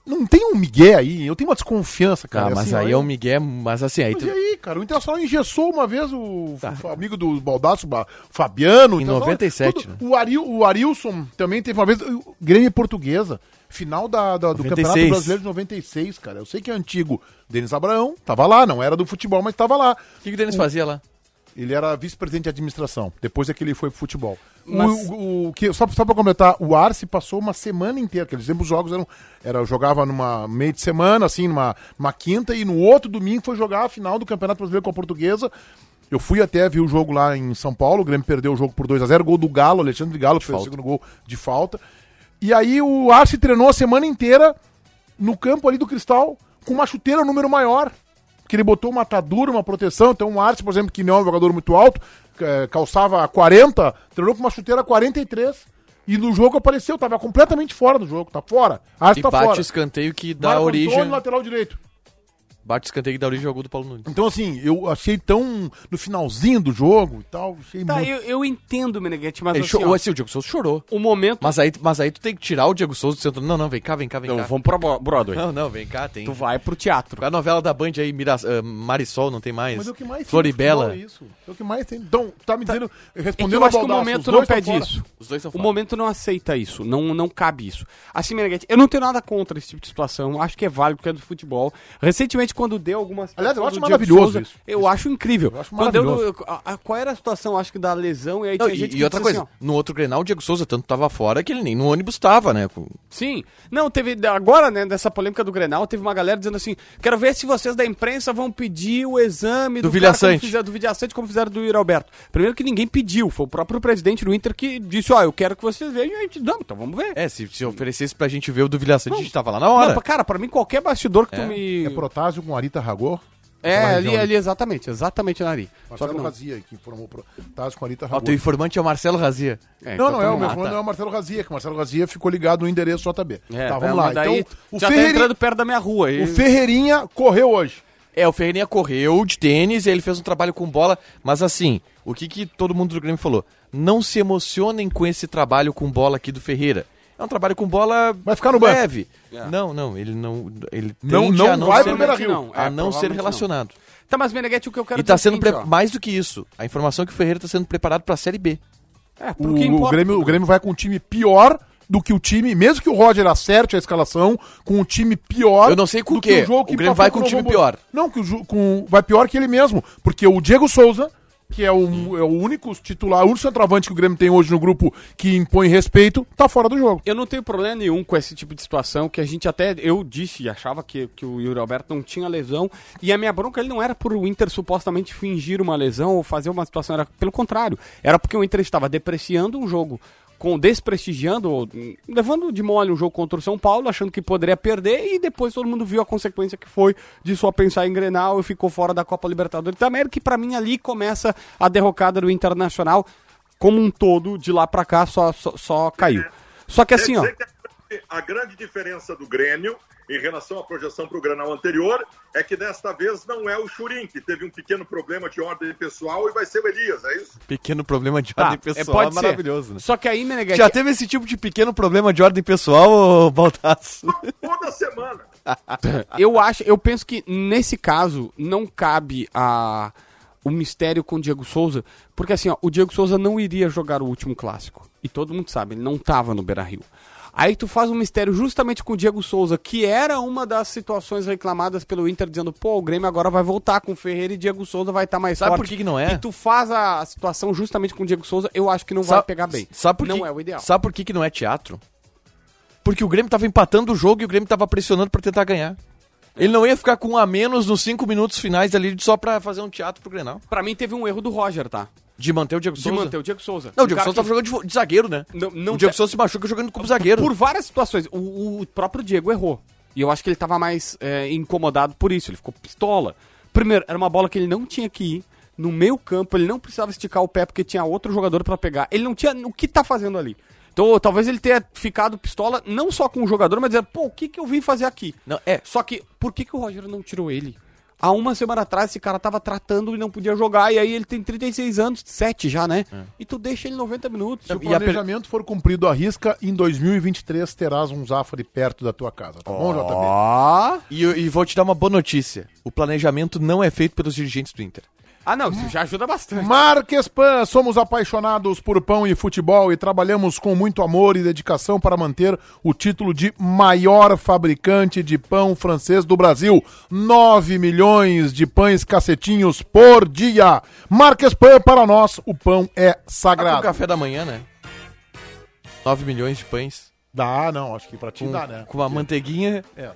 B: não tem um migué aí, eu tenho uma desconfiança, cara.
C: Ah, mas
B: assim, ó,
C: aí é
B: eu-
C: o Miguel, mas assim, aí
B: Mas
C: tu...
B: e aí, cara? O Internacional engessou uma vez o f- amigo do Baldasso, o Fabiano. o
C: Tá. Em
B: Internacional-
C: 97,
B: tudo-
C: né?
B: O, Aril, o Arilson também teve uma vez. O Grêmio Portuguesa, final da, da- do
C: 96.
B: Campeonato Brasileiro de 96, cara. Eu sei que é antigo. Denis Abraão tava lá, não era do futebol, mas tava lá.
C: O que, que o Denis fazia lá?
B: Ele era vice-presidente de administração, depois é que ele foi pro futebol. O-
D: Mas-
B: O, o que, só, só pra completar, o Arce passou uma semana inteira, que eles lembram os jogos eram. Era, jogava numa meio de semana, assim, numa, numa quinta, e no outro domingo foi jogar a final do Campeonato Brasileiro com a Portuguesa. Eu fui até ver o jogo lá em São Paulo, o Grêmio perdeu o jogo por 2 a 0 gol do Galo, Alexandre Galo, que fez o segundo gol de falta. E aí o Arce treinou a semana inteira no campo ali do Cristal, com uma chuteira um número maior. Que ele botou uma atadura, uma proteção. Então, um Arce, por exemplo, que não é um jogador muito alto, eh, calçava 40, treinou com uma chuteira 43. E no jogo apareceu, tava completamente fora do jogo, tá fora. Arce
C: E
B: tá
C: bate
B: fora.
C: o escanteio que dá
B: Marco
C: origem.
B: Antônio, lateral direito.
C: Bate o escanteio que dá origem ao gol do Paulo Nunes.
B: Então, assim, eu achei tão. No finalzinho do jogo e tal, achei
D: Tá,
B: muito.
D: eu, eu entendo, Meneghetti, mas
C: Ele
D: assim,
C: chorou,
D: ó,
C: assim, o Diego Souza chorou.
D: o momento...
C: Mas aí, mas aí tu tem que tirar o Diego Souza do centro. Não, não, vem cá, vem cá, vem
D: Não,
C: cá.
D: vamos pra Bro- Broadway.
C: Não, não, vem cá, tem.
D: Tu vai pro teatro.
C: A novela da Band aí, Mira- ah, Marisol, não tem mais.
B: Mas é o que mais tem no
C: Floribela.
B: futebol, é isso. É o que mais tem. Então, tá me dizendo.
D: É que
B: Respondendo
D: eu acho que o
B: Baldasso, os
D: momento
B: dois
D: não
B: tão
D: pede
B: fora.
D: isso.
C: Os dois são
D: O
C: fora.
D: momento não aceita isso, não, não cabe isso. Assim, Meneghetti, eu não tenho nada contra esse tipo de situação, acho que é válido porque é do futebol. Recentemente, quando deu algumas.
B: Aliás, eu
D: situações
B: acho
D: do Diego
B: maravilhoso isso.
D: Eu acho incrível.
B: Eu acho
D: Quando deu-
B: maravilhoso.
D: a- a- qual era a situação, acho que da lesão, e aí
C: Não,
D: tinha gente
C: e,
D: que
C: e outra
D: disse
C: coisa,
D: assim, ó,
C: no outro Grenal, o Diego Souza tanto tava fora que ele nem no ônibus tava, né? com-
D: Sim. Não, teve. Agora, né, nessa polêmica do Grenal, teve uma galera dizendo assim: quero ver se vocês da imprensa vão pedir o exame
C: Do
D: cara como
C: Vilhaçante.
D: fizeram- do Vilhaçante, como fizeram do Yuri Alberto. Primeiro que ninguém pediu, foi o próprio presidente do Inter que disse: ó, eu quero que vocês vejam, e a gente, não, então vamos ver.
C: É, se, se oferecesse pra gente ver o do Vilhaçante, a gente
D: Não.
C: tava lá na hora.
D: Não, cara, pra mim qualquer bastidor que
C: É.
D: tu
B: É
D: me.
B: Protásio com Arita Ragor?
D: É,
B: Aquela
D: ali,
B: região
D: ali, exatamente, exatamente na Ari. Só que
B: Marcelo
D: não.
B: Razia, que formou Protásio com Arita
C: Ó,
B: Ragor.
C: teu informante é o Marcelo Razia.
D: É,
B: Não,
D: então
B: não é,
D: tá
B: o
D: bom.
B: meu
D: Ah,
B: irmão
D: tá.
B: não é o Marcelo Razia, que o Marcelo Razia ficou ligado no endereço JB.
D: É,
B: tá,
D: tá,
B: vamos lá.
D: mas daí
B: então, o,
D: já tá
B: Ferreirinha,
D: entrando perto da minha rua. aí.
B: o Ferreirinha correu hoje.
C: É, o Ferreirinha correu de tênis, ele fez um trabalho com bola, mas assim, o que, que todo mundo do Grêmio falou? Não se emocionem com esse trabalho com bola aqui do Ferreira. É um trabalho com bola
B: Vai ficar no banco.
C: leve.
D: É.
C: Não, não, ele não. Ele
B: Não-
C: tende
B: não
C: a não
B: vai
C: ser,
B: pro Beira-Rio.
D: Provavelmente não,
C: a
D: é,
C: não ser
D: provavelmente
C: relacionado.
D: não. Tá, mas Meneghetti, o que eu quero
C: E tá
D: dizer é o
C: sendo
D: seguinte,
C: pre-
D: ó.
C: mais do que isso. A informação é que o Ferreira tá sendo preparado pra Série B.
D: É,
B: O,
D: por que
B: o
D: importa?
B: Grêmio, o Grêmio vai com um time pior do que o time, mesmo que o Roger acerte a escalação, com um time pior.
C: Eu não sei com
B: do
C: o quê.
B: o jogo
C: O Grêmio vai com um time
B: Novo-
C: pior.
B: Não, que o ju- com, vai pior que ele mesmo. Porque o Diego Souza, que é o, é o único titular, o único centroavante que o Grêmio tem hoje no grupo que impõe respeito, tá fora do jogo.
D: Eu não tenho problema nenhum com esse tipo de situação, que a gente até, eu disse e achava que, que o Yuri Alberto não tinha lesão, e a minha bronca ele não era por o Inter supostamente fingir uma lesão ou fazer uma situação, era pelo contrário, era porque o Inter estava depreciando o jogo, com desprestigiando, ou, hum, levando de mole o jogo contra o São Paulo, achando que poderia perder, e depois todo mundo viu a consequência que foi de só pensar em Grenal e ficou fora da Copa Libertadores da América, que pra mim ali começa a derrocada do Internacional, como um todo, de lá pra cá, só, só, só caiu. Só que
E: Quer
D: assim, ó.
C: é
E: dizer que a grande diferença do Grêmio em relação à projeção para o Granal anterior é que desta vez não é o Churin, que teve um pequeno problema de ordem pessoal e vai ser o Elias, é isso?
C: Pequeno problema de
D: Tá,
C: ordem
D: é,
C: pessoal.
D: pode
C: é
D: ser.
C: maravilhoso, né?
D: Só que aí, Meneghete,
C: Já teve esse tipo de pequeno problema de ordem pessoal, ô Baldasso?
E: Toda semana.
D: eu acho, eu penso que nesse caso não cabe a o mistério com o Diego Souza, porque assim, ó, o Diego Souza não iria jogar o último clássico. E todo mundo sabe, ele não tava no Beira-Rio. Aí tu faz um mistério justamente com o Diego Souza, que era uma das situações reclamadas pelo Inter dizendo, pô, o Grêmio agora vai voltar com o Ferreira e Diego Souza vai estar mais
C: Sabe
D: forte.
C: por que que não é?
D: E tu faz a situação justamente com o Diego Souza, eu acho que não vai
C: Sabe-
D: pegar bem.
C: Sabe por
D: não
C: que,
D: é o ideal.
C: Sabe por que, que não é teatro? Porque o Grêmio tava empatando o jogo e o Grêmio tava pressionando pra tentar ganhar.
D: É.
C: Ele não ia ficar com um a menos nos cinco minutos finais ali só pra fazer um teatro pro Grenal.
D: Pra mim teve um erro do Roger, tá?
C: De manter o Diego
D: De
C: Souza.
D: manter o Diego Souza.
C: Não, o
D: Um
C: Diego
D: cara
C: Souza tava jogando de, vo- de zagueiro, né?
D: que Não, não
C: o Diego
D: te-
C: Souza se machuca jogando como zagueiro.
D: Por várias situações. O, o próprio Diego errou. E eu acho que ele tava mais é, incomodado por isso. Ele ficou pistola. Primeiro, era uma bola que ele não tinha que ir. No meio campo, ele não precisava esticar o pé porque tinha outro jogador pra pegar. Ele não tinha o que tá fazendo ali. Então, talvez ele tenha ficado pistola não só com o jogador, mas dizendo, pô, o que, que eu vim fazer aqui?
C: Não, é.
D: Só que, por que, que o Rogério não tirou ele? Há uma semana atrás, esse cara tava tratando e não podia jogar. E aí ele tem 36 anos, 7 já, né?
C: É.
D: E tu deixa ele 90 minutos.
B: Se o
C: E a per-
B: planejamento for cumprido à risca, em 2023 terás um Zafari perto da tua casa, tá bom, JB?
D: Ah!
C: E, eu- e vou te dar uma boa notícia. O planejamento não é feito pelos dirigentes do Inter. Tá
D: Ah, não, isso já ajuda bastante.
B: Marques Pan, somos apaixonados por pão e futebol e trabalhamos com muito amor e dedicação para manter o título de maior fabricante de pão francês do Brasil. 9 milhões de pães cacetinhos por dia. Marques Pan, para nós, o pão é
C: Tá com o
B: sagrado.
C: café da manhã, né? 9 milhões de pães.
B: Dá, não, acho que pra ti
C: Com,
B: dá, né?
C: com a manteiguinha.
B: É.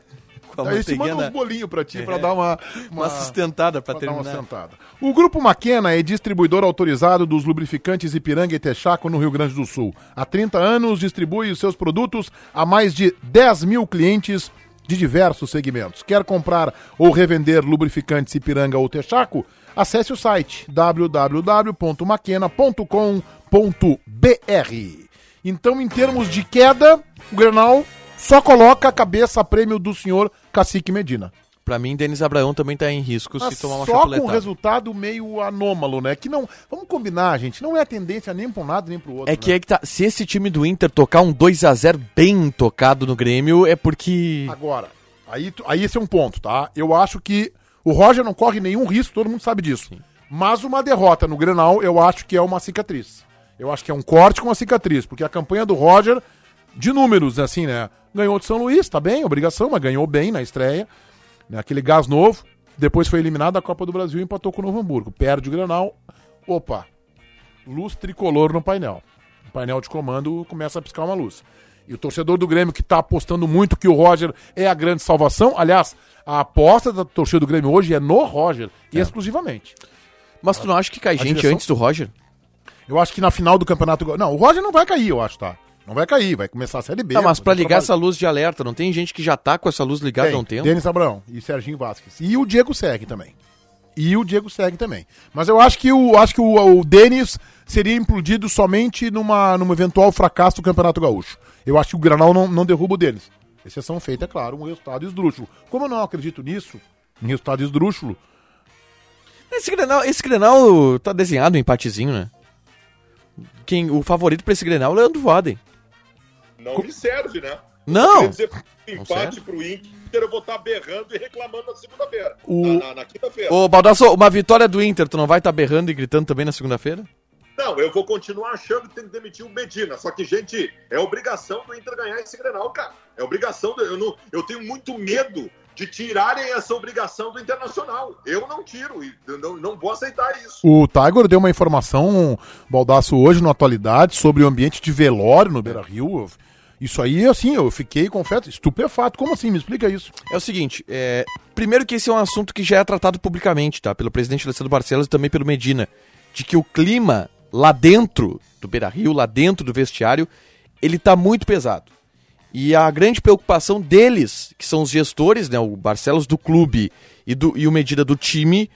C: Com a
B: Aí se manda
C: manteiguinha.
B: uns
C: na-
B: bolinhos pra ti, pra dar uma...
C: É. Uma sustentada pra
B: Pra dar uma
C: terminar.
B: sentada. O Grupo Maquena é distribuidor autorizado dos lubrificantes Ipiranga e Texaco no Rio Grande do Sul. Há 30 anos distribui os seus produtos a mais de 10 mil clientes de diversos segmentos. Quer comprar ou revender lubrificantes Ipiranga ou Texaco? Acesse o site www.maquena.com.br. Então, em termos de queda, o Grenal só coloca a cabeça a prêmio do senhor Cacique Medina.
C: Pra mim, Denis Abraão também tá em risco se tomar uma
B: Só
C: chapuletada.
B: com resultado meio anômalo, né? Que não. Vamos combinar, gente. Não é a tendência nem pra um lado nem pro outro.
C: É que
B: né?
C: é que tá. Se esse time do Inter tocar um 2 a 0 bem tocado no Grêmio, é porque.
B: Agora, aí, tu- aí esse é um ponto, tá? Eu acho que o Roger não corre nenhum risco, todo mundo sabe disso. Mas uma derrota no Grenal, eu acho que é uma cicatriz. Eu acho que é um corte com uma cicatriz, porque a campanha do Roger, de números, assim, né? Ganhou de São Luís, tá bem, obrigação, mas ganhou bem na estreia. né? Aquele gás novo, depois foi eliminado da Copa do Brasil e empatou com o Novo Hamburgo. Perde o Grenal, opa, luz tricolor no painel. O painel de comando começa a piscar uma luz. E o torcedor do Grêmio que está apostando muito que o Roger é a grande salvação. Aliás, a aposta da torcida do Grêmio hoje é no Roger, exclusivamente.
C: Mas tu não acha que cai gente
B: direção-
C: antes do Roger?
B: Eu acho que na final do campeonato. Go- Não, o Roger não vai cair, eu acho, tá? Não vai cair, vai começar a Série B.
C: Tá, mas
B: vai
C: pra
B: ter
C: ligar
B: é trabalho.
C: essa luz de alerta, não tem gente que já tá com essa luz ligada há um
B: Tem,
C: tempo?
B: Denis Abrão e Serginho Vasquez. E o Diego segue também. E o Diego segue também. Mas eu acho que o, acho que o, o Denis seria implodido somente numa, num eventual fracasso do Campeonato Gaúcho. Eu acho que o Granal não, não derruba o Denis. Exceção feita, é claro, um resultado esdrúxulo. Como eu não acredito nisso, em resultado esdrúxulo,
C: Esse Grenal, esse Grenal tá desenhado um empatezinho, né? Quem, o favorito pra esse Grenal é o Leandro Voaden.
E: Não me serve, né? Quer
C: Não!
E: dizer,
B: Tá
E: empate pro Inter, eu vou estar berrando e reclamando na segunda-feira.
B: O-
E: Na, na- na quinta-feira.
C: Ô, Baldasso, uma vitória do Inter, tu não vai estar berrando e gritando também na segunda-feira?
E: Não, eu vou continuar achando que tem que demitir o Medina. Só que, gente, é obrigação do Inter ganhar esse Grenal, cara. É obrigação. Do, eu, não, eu tenho muito medo de tirarem essa obrigação do Internacional. Eu não tiro. e eu Não, não vou aceitar isso.
B: O Tiger deu uma informação, um Baldaço, hoje na atualidade, sobre o ambiente de velório no Beira Rio. Isso aí, assim, eu fiquei, confesso, estupefato. Como assim? Me explica isso.
C: É o seguinte, é, primeiro que esse é um assunto que já é tratado publicamente, tá? Pelo presidente Alessandro Barcelos e também pelo Medina, de que o clima lá dentro do Beira-Rio, lá dentro do vestiário, ele tá muito pesado. E a grande preocupação deles, que são os gestores, né, o Barcelos do clube e, do, e o Medina do time,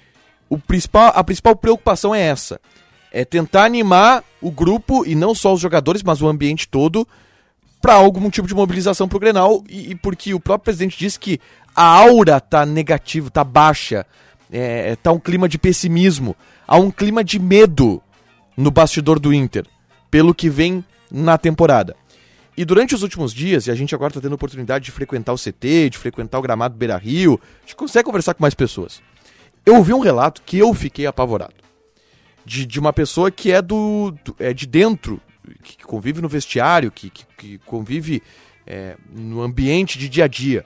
C: o principal, a principal preocupação é essa. É tentar animar o grupo, e não só os jogadores, mas o ambiente todo, para algum tipo de mobilização pro Grenal. E, e porque o próprio presidente disse que a aura tá negativa, tá baixa. É, tá um clima de pessimismo. Há um clima de medo no bastidor do Inter, pelo que vem na temporada. E durante os últimos dias, e a gente agora está tendo a oportunidade de frequentar o CT, de frequentar o gramado Beira Rio, a gente consegue conversar com mais pessoas. Eu ouvi um relato que eu fiquei apavorado. De, de uma pessoa que é do, do- é de dentro, que, que convive no vestiário, que, que, que convive é, no ambiente de dia a dia.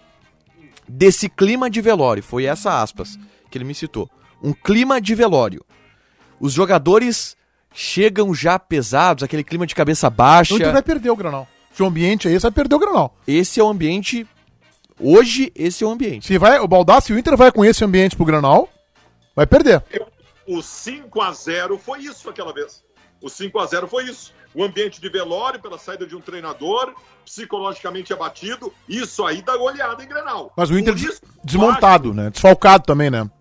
C: Desse clima de velório, foi essa aspas que ele me citou. Um clima de velório. Os jogadores chegam já pesados, aquele clima de cabeça baixa.
B: O Inter Então vai perder o Granal. Se o ambiente é esse, vai perder o Granal.
C: Esse é o ambiente. Hoje, esse é o ambiente.
B: Se vai, o Baldassi, o Inter vai com esse ambiente pro Granal, vai perder.
E: Eu- o 5x0 foi isso aquela vez. O 5x0 foi isso. O ambiente de velório pela saída de um treinador, psicologicamente abatido, isso aí dá goleada em Grenal.
B: Mas o Inter
E: Por
B: des-
E: isso que eu
B: desmontado, né? Desfalcado também, né?
E: acho-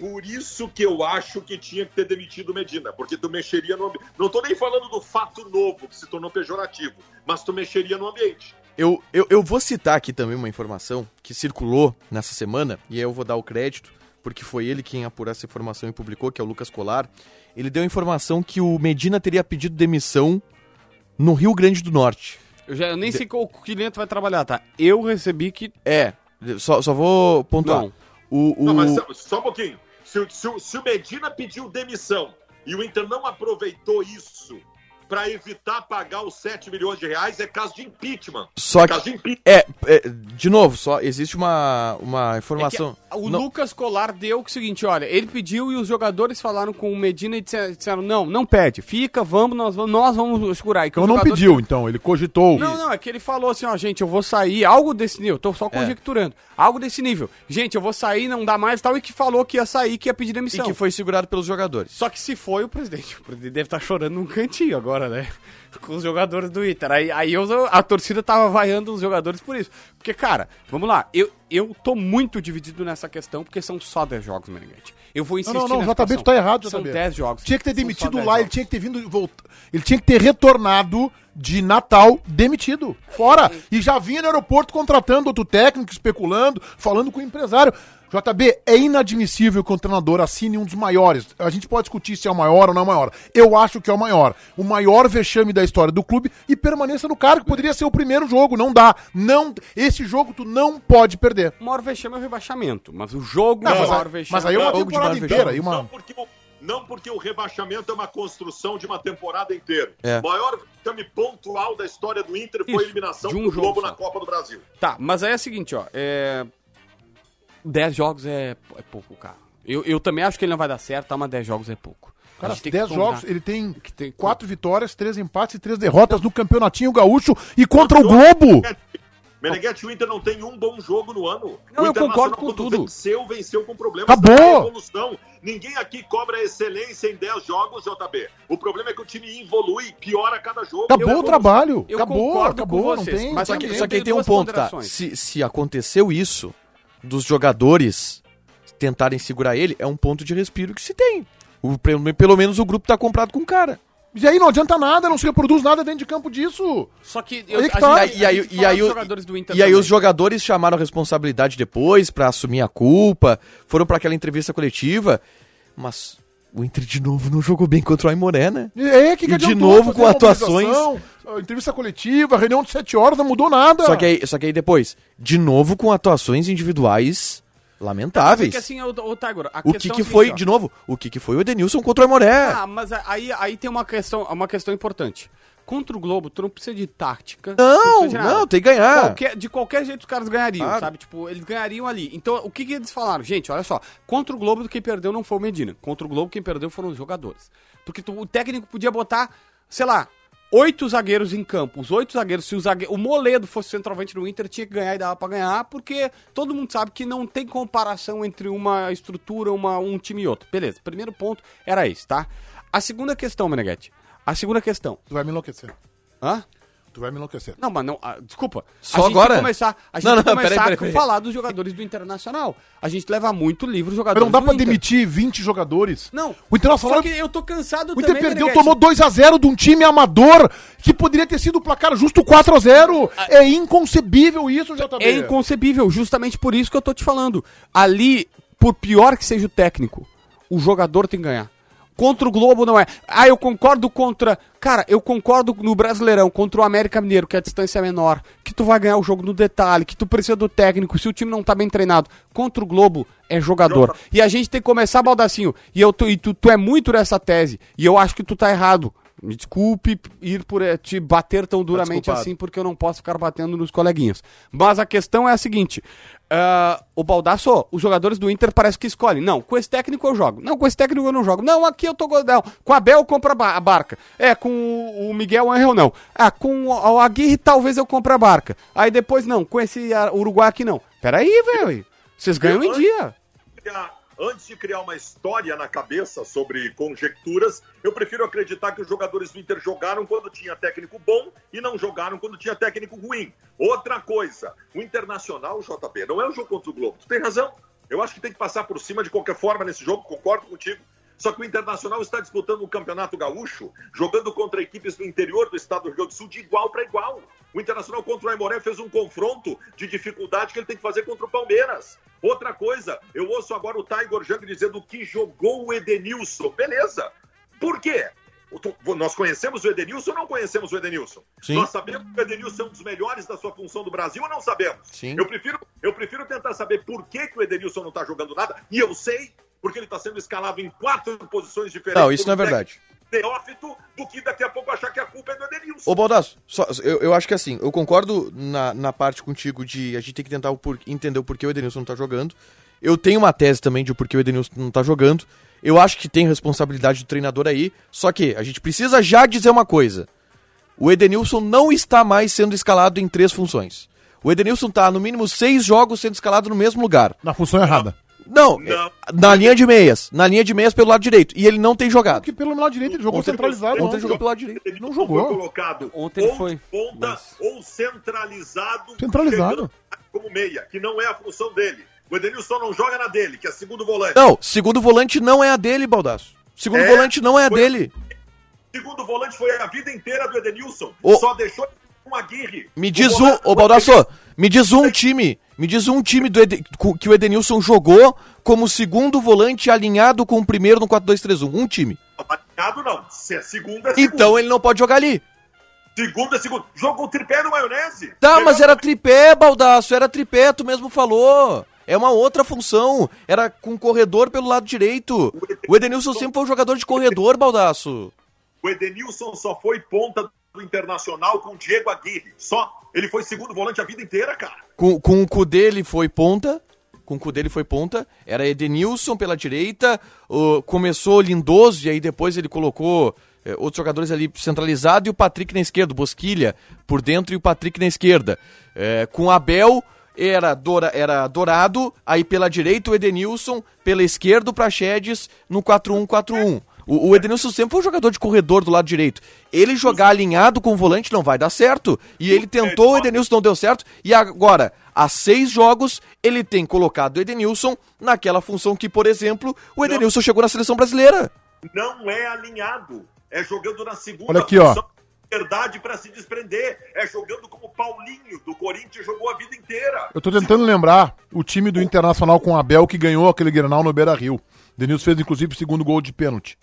E: por isso que eu acho que tinha que ter demitido o Medina, porque tu mexeria no ambiente. Não tô nem falando do fato novo que se tornou pejorativo, mas tu mexeria no ambiente.
C: Eu, eu, eu vou citar aqui também uma informação que circulou nessa semana, e aí eu vou dar o crédito, porque foi ele quem apurou essa informação e publicou, que é o Lucas Colar. Ele deu a informação que o Medina teria pedido demissão no Rio Grande do Norte.
D: Eu, já, eu nem sei qual, o que dentro vai trabalhar, tá? Eu recebi que.
C: É, só, só vou pontuar.
D: Não.
C: O, o-
E: Não, mas só, só um pouquinho. Se, o- se o- se o Medina pediu demissão e o Inter não aproveitou isso para evitar pagar os 7 milhões de reais, é caso de impeachment.
C: Só
E: Caso
C: que.
E: de impeachment.
C: É, é, de novo, só existe uma, uma
E: É
C: informação.
D: O
C: Não-
D: Lucas Colar deu o seguinte: olha, ele pediu e os jogadores falaram com o Medina e disseram: disseram, não, não pede, fica, vamos, nós vamos, nós vamos segurar. E que
B: Então
D: os
B: não
D: jogadores-
B: pediu, então. Ele cogitou.
D: Não, não, é que ele falou assim, ó, gente, eu vou sair, algo desse nível, tô
C: É.
D: só conjecturando, algo desse nível. Gente, eu vou sair, não dá mais tal, e que falou que ia sair, que ia pedir
C: e
D: demissão.
C: que foi segurado pelos jogadores.
D: Só que se foi o presidente, o presidente deve estar chorando num cantinho agora, né? Com os jogadores do Inter. Aí, aí eu- a torcida tava vaiando os jogadores por isso. Porque, cara, vamos lá, eu, eu tô muito dividido nessa questão, porque são só 10 jogos, Meneghete. Eu vou insistir
B: não, não,
D: nessa
B: JB,
D: questão.
B: tu tá errado,
D: São
B: JB.
D: 10 jogos.
B: Tinha que ter
D: São só
B: demitido
D: 10
B: lá, ele
D: jogos.
B: tinha que ter vindo. volta- Ele tinha que ter retornado de Natal demitido. Fora! E já vinha no aeroporto contratando outro técnico, especulando, falando com o empresário. JB, é inadmissível que um treinador assine um dos maiores. A gente pode discutir se é o maior ou não é o maior. Eu acho que é o maior. O maior vexame da história do clube e permaneça no cargo. Poderia ser o primeiro jogo, não dá. Não, esse jogo tu não pode perder.
D: O maior vexame é o rebaixamento, mas o jogo
B: Não,
D: é o
B: mas,
D: maior
B: a-
D: vexame.
B: mas aí é uma
E: Jogo de
B: temporada
C: maior
B: inteira.
C: vexame.
B: E
E: Não
B: uma...
E: porque, o, não porque o rebaixamento é uma construção de uma temporada inteira.
C: É.
E: O maior vexame pontual da história do Inter foi
D: Isso,
E: a eliminação
D: de um
E: do
D: jogo
E: Globo
D: só.
E: na Copa do Brasil.
D: Tá, mas aí é o seguinte, ó. É... 10 jogos é, é pouco, cara. Eu, eu também acho que ele não vai dar certo, tá? Mas 10 jogos é pouco. A
B: Cara,
D: gente tem que
B: 10
D: sondar.
B: jogos, ele tem,
D: Que tem-
B: quatro vitórias, três empates e três derrotas no Campeonatinho Gaúcho e contra o Globo.
E: Meneghete, o Inter não tem um bom jogo no ano.
D: Não,
E: o
D: eu
E: Internacional,
D: concordo com
E: quando
D: tudo.
E: Venceu, venceu com problemas.
B: Acabou!
E: não tem evolução. Ninguém aqui cobra excelência em 10 jogos, JB. O problema é que o time evolui, piora a cada jogo.
B: Acabou
D: eu-
B: o trabalho.
D: eu
B: acabou,
D: concordo
B: acabou,
D: com
B: não
D: vocês,
B: tem.
D: mas
B: não
C: Só
B: tem
C: que,
D: Aqui
B: jeito.
C: só
D: eu
C: que aí
D: tenho
C: tem um
D: duas
C: ponto, tá?
D: ponderações.
C: Se, se aconteceu isso, dos jogadores tentarem segurar ele, é um ponto de respiro que se tem. O, pelo pelo menos o grupo tá comprado com o cara.
B: E aí não adianta nada, não se reproduz nada dentro de campo disso.
D: Só que
B: Aí que
D: a
B: tá.
D: gente-
B: Ah,
C: e aí,
D: a gente
C: e
D: fala
C: aí,
D: dos
C: o-
D: jogadores do Inter
C: e aí
D: também.
C: os jogadores chamaram a responsabilidade depois pra assumir a culpa, foram pra aquela entrevista coletiva, mas o Inter de novo não jogou bem contra o Aimoré, né?
B: E aí, que que
C: E de
B: adiantou
C: novo
B: fazer
C: com
B: uma
C: atuações.
B: mobilização, Entrevista coletiva, reunião de sete horas, não mudou nada.
C: Só que, aí, só que aí depois, de novo com atuações individuais lamentáveis.
D: Porque assim, o, o Tiger, a
C: o que
D: questão
C: que
D: é seguinte,
C: foi,
D: ó.
C: de novo, o que que foi o Edenilson contra o Aimoré?
D: Ah, mas a- aí, aí tem uma questão, uma questão importante. Contra o Globo, tu não precisa de tática.
C: Não,
D: precisa de nada.
C: não, tem que ganhar.
D: Qualquer- de qualquer jeito os caras ganhariam,
C: Claro.
D: sabe? Tipo, eles ganhariam ali. Então, o que, que eles falaram? Gente, olha só. Contra o Globo, quem perdeu não foi o Medina. Contra o Globo, quem perdeu foram os jogadores. Porque tu- o técnico podia botar, sei lá, oito zagueiros em campo. Os oito zagueiros, se o, zague... o Moledo fosse centroavante no Inter, tinha que ganhar e dava pra ganhar, porque todo mundo sabe que não tem comparação entre uma estrutura, uma, um time e outro. Beleza, primeiro ponto era esse, tá? A segunda questão, Meneghete. A segunda questão.
B: Tu vai me enlouquecer.
D: Hã?
B: Tu Tu vai me enlouquecer.
D: Não, mas não. ah, desculpa.
C: Só
D: a gente
C: agora?
D: Tem que começar, a gente
C: Não,
D: tem que
C: não, peraí,
D: começar
C: peraí,
D: a
C: peraí.
D: falar dos jogadores do Internacional. A gente leva muito livro os
B: Mas
D: jogadores.
B: não dá
D: do
B: pra
D: Inter.
B: demitir 20 jogadores.
D: Não.
B: O Internacional
D: Só que eu tô cansado
B: O Inter
D: também, é né,
B: perdeu,
D: Meneghete.
B: tomou 2x0 de um time amador que poderia ter sido o placar justo 4x0. É inconcebível isso, JB.
D: Ah, É inconcebível, justamente por isso que eu tô te falando. Ali, por pior que seja o técnico, o jogador tem que ganhar. Contra o Globo não é. Ah, eu concordo contra. Cara, eu concordo no Brasileirão, contra o América Mineiro, que a distância é menor, que tu vai ganhar o jogo no detalhe, que tu precisa do técnico, se o time não tá bem treinado. Contra o Globo é jogador. E a gente tem que começar, Baldacinho. E, eu tô, e tu, tu é muito nessa tese. E eu acho que tu tá errado. Me desculpe ir por eh, te bater tão duramente
C: desculpado.
D: assim porque eu não posso ficar batendo nos coleguinhas. Mas a questão é a seguinte: ah, o Baldasso, os jogadores do Inter parece que escolhem. Não, com esse técnico eu jogo. Não, com esse técnico eu não jogo. Não, aqui eu tô. go- Não, com a Bel eu compro a, ba- a barca. É, com o- o Miguel Angel não. Ah, com o, o Aguirre talvez eu compre a barca. Aí depois não, com esse ah, Uruguai aqui não. Peraí, velho. Vocês ganham em dia.
E: criar- antes de criar uma história na cabeça sobre conjecturas, eu prefiro acreditar que os jogadores do Inter jogaram quando tinha técnico bom e não jogaram quando tinha técnico ruim. Outra coisa, o Internacional, JP, não é um jogo contra o Globo. Tu tem razão. Eu acho que tem que passar por cima de qualquer forma nesse jogo, concordo contigo. Só que o Internacional está disputando o Campeonato Gaúcho, jogando contra equipes do interior do estado do Rio Grande do Sul de igual para igual. O Internacional contra o Aimoré fez um confronto de dificuldade que ele tem que fazer contra o Palmeiras. Outra coisa, eu ouço agora o Tiger Jung dizendo que jogou o Edenilson. Beleza. Por quê? O tu- Nós conhecemos o Edenilson ou não conhecemos o Edenilson?
C: Sim.
E: Nós sabemos que o Edenilson é um dos melhores da sua função do Brasil ou não sabemos?
C: Sim.
E: Eu prefiro, eu prefiro tentar saber por que, que o Edenilson não está jogando nada, e eu sei, porque ele está sendo escalado em quatro posições diferentes.
C: Não, isso não é verdade.
E: Teófito, do que daqui a pouco achar que a culpa é do Edenilson.
C: Ô, Baldasso, só- eu, eu acho que assim, eu concordo na, na parte contigo de a gente tem que tentar o por- entender o porquê o Edenilson não tá jogando. Eu tenho uma tese também de porquê o Edenilson não tá jogando. Eu acho que tem responsabilidade do treinador aí. Só que a gente precisa já dizer uma coisa. O Edenilson não está mais sendo escalado em três funções. O Edenilson tá, no mínimo, seis jogos sendo escalado no mesmo lugar.
B: Na função errada.
C: Não,
E: Não.
C: é- na linha de meias. Na linha de meias pelo lado direito. E ele não tem jogado.
B: Porque pelo lado direito ele jogou
E: Ontem
B: centralizado. né?
E: foi-
C: Ontem
B: ontem.
C: jogou pelo lado direito.
E: Ele
B: não jogou.
E: Foi colocado
D: Ontem
E: ou
D: foi,
E: de ponta
D: mas-
E: ou centralizado.
B: Centralizado.
E: chegando Como meia, que não é a função dele. O Edenilson não joga na dele, que é segundo volante.
C: Não, segundo volante não é a dele, Baldasso. Segundo
E: É,
C: volante não é a
E: foi-
C: dele.
E: Segundo volante foi a vida inteira do Edenilson.
C: Ô.
E: Só deixou com a Aguirre.
C: Me
E: O
C: diz um,
E: volante é
C: ô
E: foi-
C: Baldasso, me diz um time, me diz um time do Ede- cu- que o Edenilson jogou como segundo volante alinhado com o primeiro no 4-2-3-1. Um time.
E: Alinhado não. Se é segundo, é segundo.
C: Então ele não pode jogar ali.
E: Segundo é segundo. Jogou o tripé no maionese.
C: Tá,
E: Melhor
C: mas era tripé, Baldasso, era tripé, tu mesmo falou. É uma outra função. Era com corredor pelo lado direito. O Edenilson sempre foi um jogador de corredor, Baldasso.
E: O Edenilson só foi ponta do Internacional com o Diego Aguirre. Só. Ele foi segundo volante a vida inteira, cara.
C: Com, com o cu dele foi ponta. Com o cu dele foi ponta. Era Edenilson pela direita. o- começou Lindoso e aí depois ele colocou é, outros jogadores ali centralizado e o Patrick na esquerda. o Bosquilha por dentro e o Patrick na esquerda. É, com Abel era, Dora, era Dourado. Aí pela direita o Edenilson. Pela esquerda o Praxedes no 4-1-4-1. O, o Edenilson sempre foi um jogador de corredor do lado direito. Ele jogar alinhado com o volante não vai dar certo. E ele tentou, o Edenilson não deu certo. E agora, há seis jogos, ele tem colocado o Edenilson naquela função que, por exemplo, o Edenilson chegou na seleção brasileira.
E: Não é alinhado. É jogando na segunda
B: Olha aqui, ó.
E: Verdade para se desprender. É jogando como Paulinho do Corinthians jogou a vida inteira.
B: Eu tô tentando lembrar o time do Internacional com o Abel que ganhou aquele Grenal no Beira-Rio. Denilson fez inclusive o segundo gol de pênalti.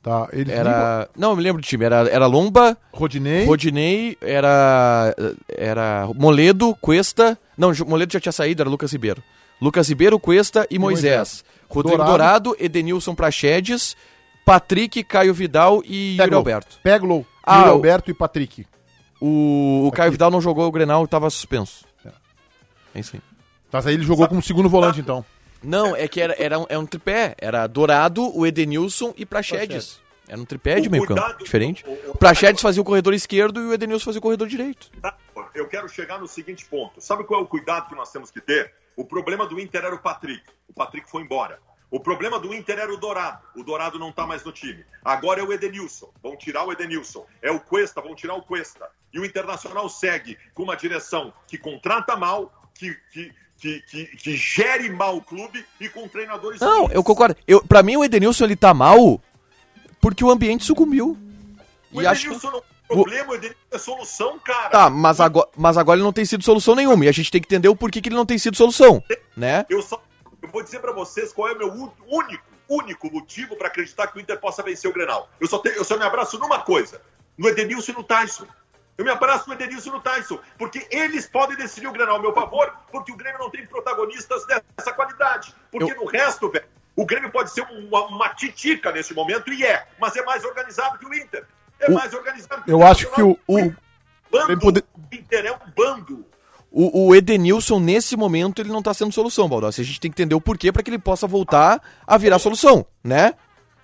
B: Tá, ele
C: Era. Não, eu me lembro do time. Era, era Lomba,
B: Rodinei,
C: Rodinei, era. Era Moledo, Cuesta. Não, Ju- Moledo já tinha saído, era Lucas Ribeiro. Lucas Ribeiro, Cuesta e Moisés. Rodrigo Dourado,
B: Dourado.
C: Edenilson Praxedes, Patrick, Caio Vidal e Yuri
B: Peglo,
C: Alberto.
B: Peglo,
C: Ah,
B: Yuri
C: o-
B: Alberto e Patrick.
C: O, o Caio Vidal não jogou o Grenal, tava suspenso. É isso aí.
B: Mas Tá, aí ele jogou como segundo volante então.
C: Não, é que era, era um, é um tripé. Era Dourado, o Edenilson e Praxedes. Era um tripé de
E: O
C: meio campo,
E: cuidado-
C: diferente.
E: o- o-
C: O Praxedes fazia o corredor esquerdo e o Edenilson fazia o corredor direito.
E: Tá? Eu quero chegar no seguinte ponto. Sabe qual é o cuidado que nós temos que ter? O problema do Inter era o Patrick. O Patrick foi embora. O problema do Inter era o Dourado. O Dourado não tá mais no time. Agora é o Edenilson. Vão tirar o Edenilson. É o Cuesta, vão tirar o Cuesta. E o Internacional segue com uma direção que contrata mal, que, que, que, que, que gere mal o clube e com treinadores.
C: Não,
E: ruins.
C: eu concordo. Eu, pra mim, o Edenilson ele tá mal porque o ambiente sucumbiu.
E: O
C: e acho que...
E: Edenilson não é problema, o Edenilson é solução, cara.
C: Tá, mas agora, mas agora ele não tem sido solução nenhuma. E a gente tem que entender o porquê que ele não tem sido solução, né?
E: Eu só eu vou dizer pra vocês qual é o meu ú- único, único motivo pra acreditar que o Inter possa vencer o Grenal. Eu só, tenho, eu só me abraço numa coisa, no Edenilson e no Tyson. Eu me abraço no Edenilson e no Tyson, porque eles podem decidir o Grenal ao meu favor, porque o Grêmio não tem protagonistas dessa qualidade. Porque no resto, velho, o Grêmio pode ser uma, uma titica nesse momento, e é, mas é mais organizado que o Inter. É
C: O-
E: mais organizado
B: Eu acho que o- o-
E: É um Bando,
B: poder-
E: O Inter é um bando.
C: O, o Edenilson, nesse momento, ele não tá sendo solução, Baldassi. A gente tem que entender o porquê pra que ele possa voltar a virar solução, né?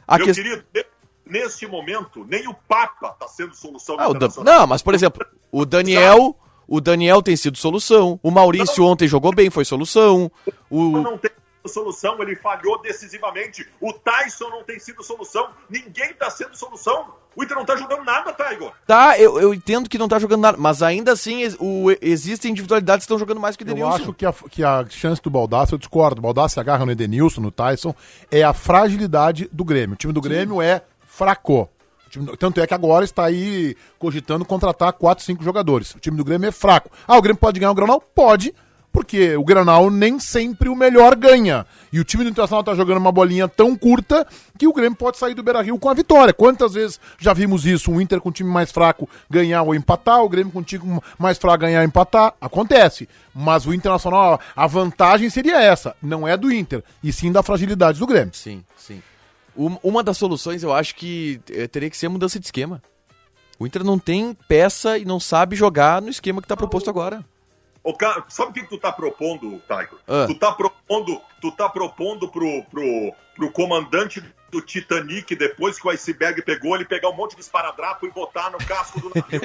C: A
E: Meu
C: questão.
E: querido, ne- neste momento, nem o Papa está sendo solução
C: Ah, o Dan-
E: internacional.
C: Não, mas por exemplo, o Daniel, o Daniel tem sido solução. O Maurício ontem jogou bem, foi solução.
E: O
C: O
E: não tem sido solução, ele falhou decisivamente. O Tyson não tem sido solução, ninguém está sendo solução. O Inter não está jogando nada, Tiger.
C: tá, eu, eu entendo que não tá jogando nada, mas ainda assim ex- o, existem individualidades que estão jogando mais que o
B: Eu acho
C: Denilson.
B: que a, que a chance do Baldassi, eu discordo. O Baldassi agarra no Edenilson, no Tyson, é a fragilidade do Grêmio. O time do Grêmio é fraco. O time do- Tanto é que agora está aí cogitando contratar 4, 5 jogadores. O time do Grêmio é fraco. Ah, o Grêmio pode ganhar o Granal? Pode, porque o Granal nem sempre o melhor ganha. E o time do Internacional está jogando uma bolinha tão curta que o Grêmio pode sair do Beira-Rio com a vitória. Quantas vezes já vimos isso? O Inter com o time mais fraco ganhar ou empatar, o Grêmio com o time mais fraco ganhar ou empatar. Acontece. Mas o Internacional, a vantagem seria essa. Não é do Inter, e sim da fragilidade do Grêmio.
C: Sim, sim. Um- Uma das soluções eu acho que eh, teria que ser a mudança de esquema. O Inter não tem peça e não sabe jogar no esquema que tá proposto agora.
E: Ô, cara, sabe o que, que tu tá propondo, Tiger?
C: Ah.
E: Tu tá propondo, tu tá propondo pro, pro, pro comandante do Titanic, depois que o iceberg pegou, ele pegar um monte de esparadrapo e botar no casco do navio.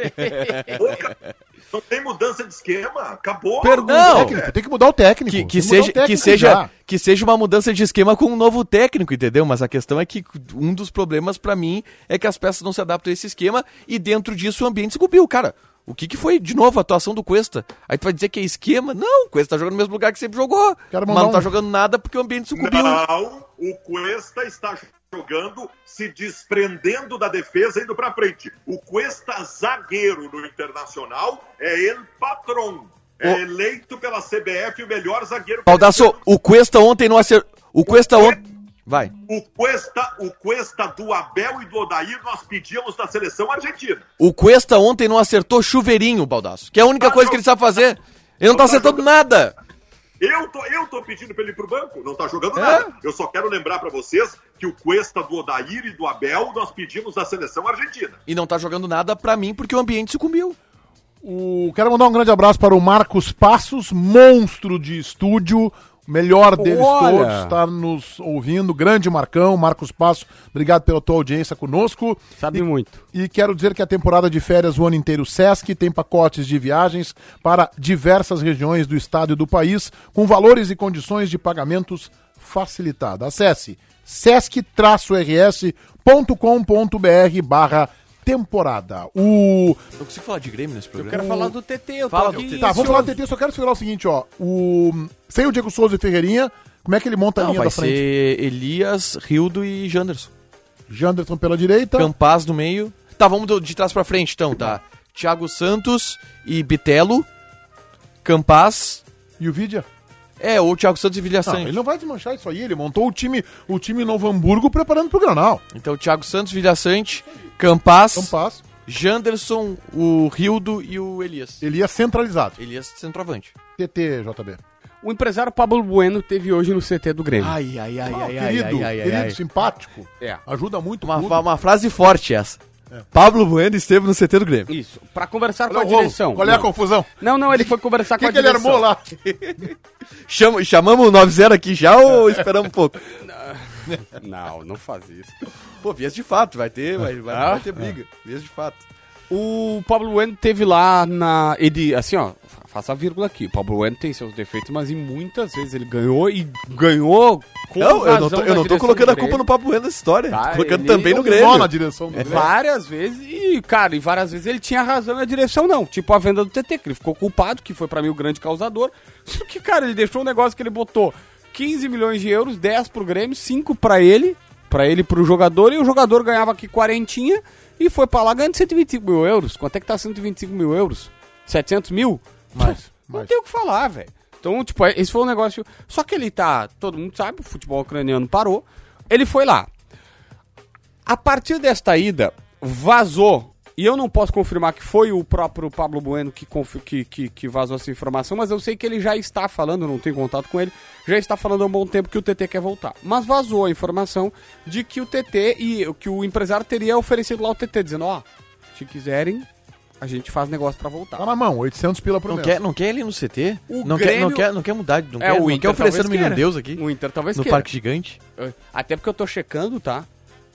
E: Ô, cara, não tem mudança de esquema, acabou.
C: Pergunta-
E: Não,
C: Não.
B: Técnico, tem que mudar o técnico.
C: Que,
B: Tem
C: que,
B: mudar o
C: seja, que,
B: técnico
C: seja,
B: já.
C: que seja uma mudança de esquema com um novo técnico, entendeu? Mas a questão é que um dos problemas pra mim é que as peças não se adaptam a esse esquema e dentro disso o ambiente se cobriu, cara. O que, que foi, de novo, a atuação do Cuesta? Aí tu vai dizer que é esquema? Não, o Cuesta tá jogando no mesmo lugar que sempre jogou.
B: Quero
C: mas
B: mandar
C: não tá
B: um-
C: jogando nada porque o ambiente se cobriu.
E: Não, o Cuesta está jogando, se desprendendo da defesa, indo pra frente. O Cuesta zagueiro no Internacional é ele patrão. É
C: Ô.
E: eleito pela CBF o melhor zagueiro.
C: Baldasso, o Cuesta ontem não acertou. O Cuesta ontem. Vai.
E: O Cuesta, o Cuesta do Abel e do Odair nós pedíamos da seleção argentina.
C: O Cuesta ontem não acertou chuveirinho, Baldasso. Que é a única
E: Ah,
C: coisa
E: não.
C: que ele sabe fazer. Ele não tá acertando nada.
E: Eu tô, eu tô pedindo pra ele ir pro banco, não tá jogando nada. Eu só quero lembrar pra vocês que o Cuesta do Odair e do Abel nós pedimos da seleção argentina.
C: E não tá jogando nada pra mim porque o ambiente sucumbiu.
B: O- Quero mandar um grande abraço para o Marcos Passos, monstro de estúdio, o melhor deles
D: Olha!
B: todos, está nos ouvindo. Grande Marcão, Marcos Passos, obrigado pela tua audiência conosco.
D: Sabe muito.
B: E quero dizer que a temporada de férias o ano inteiro Sesc tem pacotes de viagens para diversas regiões do estado e do país, com valores e condições de pagamentos facilitadas. Acesse sesc-rs.com.br barra temporada. O...
C: Não consigo falar de Grêmio nesse programa.
D: Quero falar do TT, eu
C: Fala do
D: aqui
C: TT.
B: Tá, vamos
D: ansioso.
B: falar do TT, eu só quero segurar o seguinte, ó. O... Sem o Diego Souza e Ferreirinha, como é que ele monta a
C: Não,
B: linha
C: vai
B: da frente?
C: ser Elias, Rildo e Janderson.
B: Janderson pela direita.
C: Campaz no meio. Tá, vamos do- de trás pra frente então, tá? Thiago Santos e Bitelo. Campaz.
B: E o Vidia?
C: É, ou Thiago Santos e Vilha
B: Não,
C: Sante.
B: ele não vai desmanchar isso aí. Ele montou o time, o time Novo Hamburgo preparando pro Granal.
C: Então, Thiago Santos, Vilha Sante, Campaz,
B: Então passa.
C: Janderson, o Rildo e o Elias.
B: Ele ia centralizado.
C: Elias, centroavante.
B: TT, JB.
D: O empresário Pablo Bueno teve hoje no CT do Grêmio.
C: Ai, ai, ai,
B: Ah, querido, querido, simpático.
D: É.
B: Ajuda muito.
C: Uma,
B: o clube.
C: uma frase forte essa. Pablo Bueno esteve no CT do Grêmio.
D: Isso. Pra conversar
B: Olha
D: com
B: o
D: a
B: rolo.
D: direção.
B: Qual é a
D: não.
B: confusão?
D: não, não, ele foi conversar
B: O
D: com a
B: que, que ele
D: direção.
B: armou lá?
C: Chama, chamamos o 9-0 aqui já
B: É.
C: ou esperamos um pouco?
D: Não, não faz isso.
C: Pô, vias de fato, vai ter, vai, vai,
B: Ah.
C: vai ter briga.
B: É.
C: Vias de fato.
D: O Pablo Bueno teve lá na. Ele, assim, ó, fa- faça a vírgula aqui. O Pablo Bueno tem seus defeitos, mas em muitas vezes ele ganhou e ganhou com
C: Não, eu não
D: razão
C: tô,
D: da
C: eu não tô
D: direção
C: colocando
D: do
C: a culpa
D: Grêmio.
C: no É Papo Bueno dessa história.
D: Tá,
C: tô colocando
D: ele
C: também no
D: não
B: Nó na
C: Grêmio.
B: direção do Grêmio.
D: É. Várias vezes e E, cara, e várias vezes ele tinha razão e a direção não. Tipo a venda do TT, que ele ficou culpado, que foi pra mim o grande causador. Só que, cara, ele deixou um negócio que ele botou 15 milhões de euros, 10 pro Grêmio, 5 pra ele, pra ele e pro jogador, e o jogador ganhava aqui quarentinha e foi pra lá ganhando 125 mil euros. Quanto é que tá 125 mil euros? 700 mil? Mas, não
B: mais.
D: tem o que falar, velho. Então, tipo, esse foi um negócio. Só que ele tá. Todo mundo sabe, o futebol ucraniano parou. Ele foi lá. A partir desta ida, vazou. E eu não posso confirmar que foi o próprio Pablo Bueno que, confi- que, que, que vazou essa informação, mas eu sei que ele já está falando, eu não tenho contato com ele, já está falando há um bom tempo que o TT quer voltar. Mas vazou a informação de que o TT e que o empresário teria oferecido lá o TT, dizendo, ó, se quiserem, a gente faz negócio pra voltar.
B: Tá na mão, 800 pila por
C: Não
B: mês.
C: quer, não quer ele no CT?
D: O
C: não, quer, não,
D: Grêmio-
C: quer, não quer mudar, não, quer, não quer
D: É, talvez
C: oferecer no Menino
D: queira.
C: Deus aqui?
D: O Inter talvez
C: No
D: queira.
C: Parque Gigante?
D: Até porque eu tô checando, tá?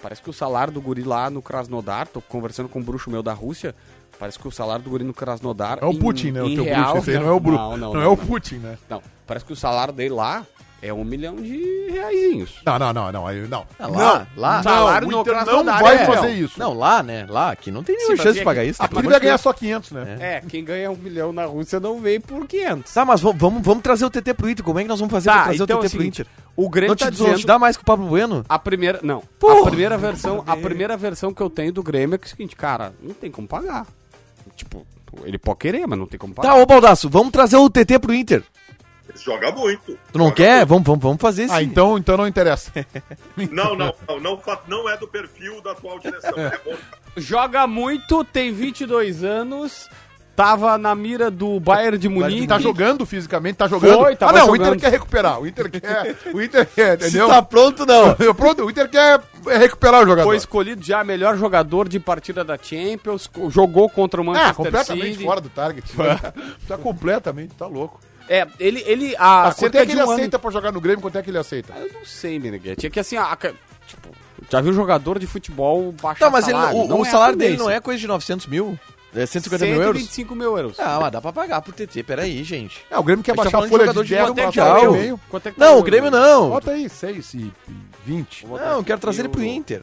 D: Parece que o salário do guri lá no Krasnodar, tô conversando com um bruxo meu da Rússia, parece que o salário do guri no Krasnodar...
B: É o
D: em-
B: Putin, né?
D: em
B: O teu
D: real,
B: bruxo. Esse aí não é o Bruno.
D: Não, não,
B: não é o Putin, né?
D: não. Parece que o salário dele lá é um milhão de reaisinhos.
B: Não, não, não, não. Aí, não.
C: Ah, lá, lá.
D: salário
B: o
D: no
B: Inter não
D: Krasnodar
B: vai
D: é-
B: fazer isso.
C: Não, lá, né? Lá, aqui não tem nenhuma
D: mas
C: chance
D: e
C: de pagar
D: aqui?
C: isso.
B: Ah,
C: tá?
B: porque ele
C: Pelo
B: vai
C: amor de
B: ganhar
C: Deus.
B: só 500, né?
D: É, quem ganha um milhão na Rússia não vem por 500.
C: Tá, mas vamos, vamos, vamos trazer o TT pro Inter. Como é que nós vamos fazer pra trazer o TT
D: é o
C: pro
D: seguinte,
C: Inter?
D: o Grêmio
C: Não
D: tá
C: te, não
D: dizendo...
C: te dá mais que o Pablo Bueno?
D: A primeira. Não.
C: Porra!
D: A primeira versão, a primeira versão que eu tenho do Grêmio é que é o seguinte, cara, não tem como pagar. Tipo, ele pode querer, mas não tem como pagar.
C: Tá, ô Baldaço, vamos trazer o TT pro Inter.
E: Joga muito.
C: Tu não
E: Joga
C: quer? Vamos, vamos, vamos fazer
B: Ah,
C: sim.
B: então, então não interessa.
E: muito. Não, não, não, não. fa- Não é do perfil da atual direção. É bom.
D: Joga muito, tem 22 anos, tava na mira do Bayern de Munique.
B: Ele tá jogando fisicamente, tá jogando.
D: Foi,
B: ah,
D: tava
B: não, o
D: jogando.
B: Inter quer recuperar. O Inter quer. O Inter quer, entendeu?
C: tá pronto, não.
B: Pronto, o Inter quer recuperar o jogador.
D: Foi escolhido já melhor jogador de partida da Champions, co- jogou contra o
B: Ah,
D: Manchester
B: completamente
D: City.
B: fora do target. tá completamente, tá louco.
D: É, ele, ele há
B: Ah, quanto
D: cerca
B: é que
D: de
B: ele
D: um ano
B: aceita pra jogar no Grêmio? Quanto é que ele aceita?
D: Ah, Eu não sei, Meneghete. É que assim, a, ca- tipo, já viu jogador de futebol baixar
C: Tá, mas ele, o,
D: Não
C: o
D: é a
C: salário dele
D: tendência.
C: não é coisa de 900 mil? É 150 mil euros?
D: 125 mil euros.
C: Ah, mas dá pra pagar pro TT, peraí, gente.
B: É, o Grêmio quer
C: A gente
B: baixar
C: tá
B: a
C: falando de
B: folha
C: jogador
B: de
C: de
B: 10
C: Quanto é
B: pra
C: que
B: quatro
C: é
B: e
C: o-
B: meio.
D: Quanto é que tá
C: Não, o Grêmio
D: hoje?
C: não.
B: Bota aí, 6 e 20.
D: Vou botar
C: Não, eu
D: aqui,
C: quero trazer ele pro
D: euro-
C: Inter.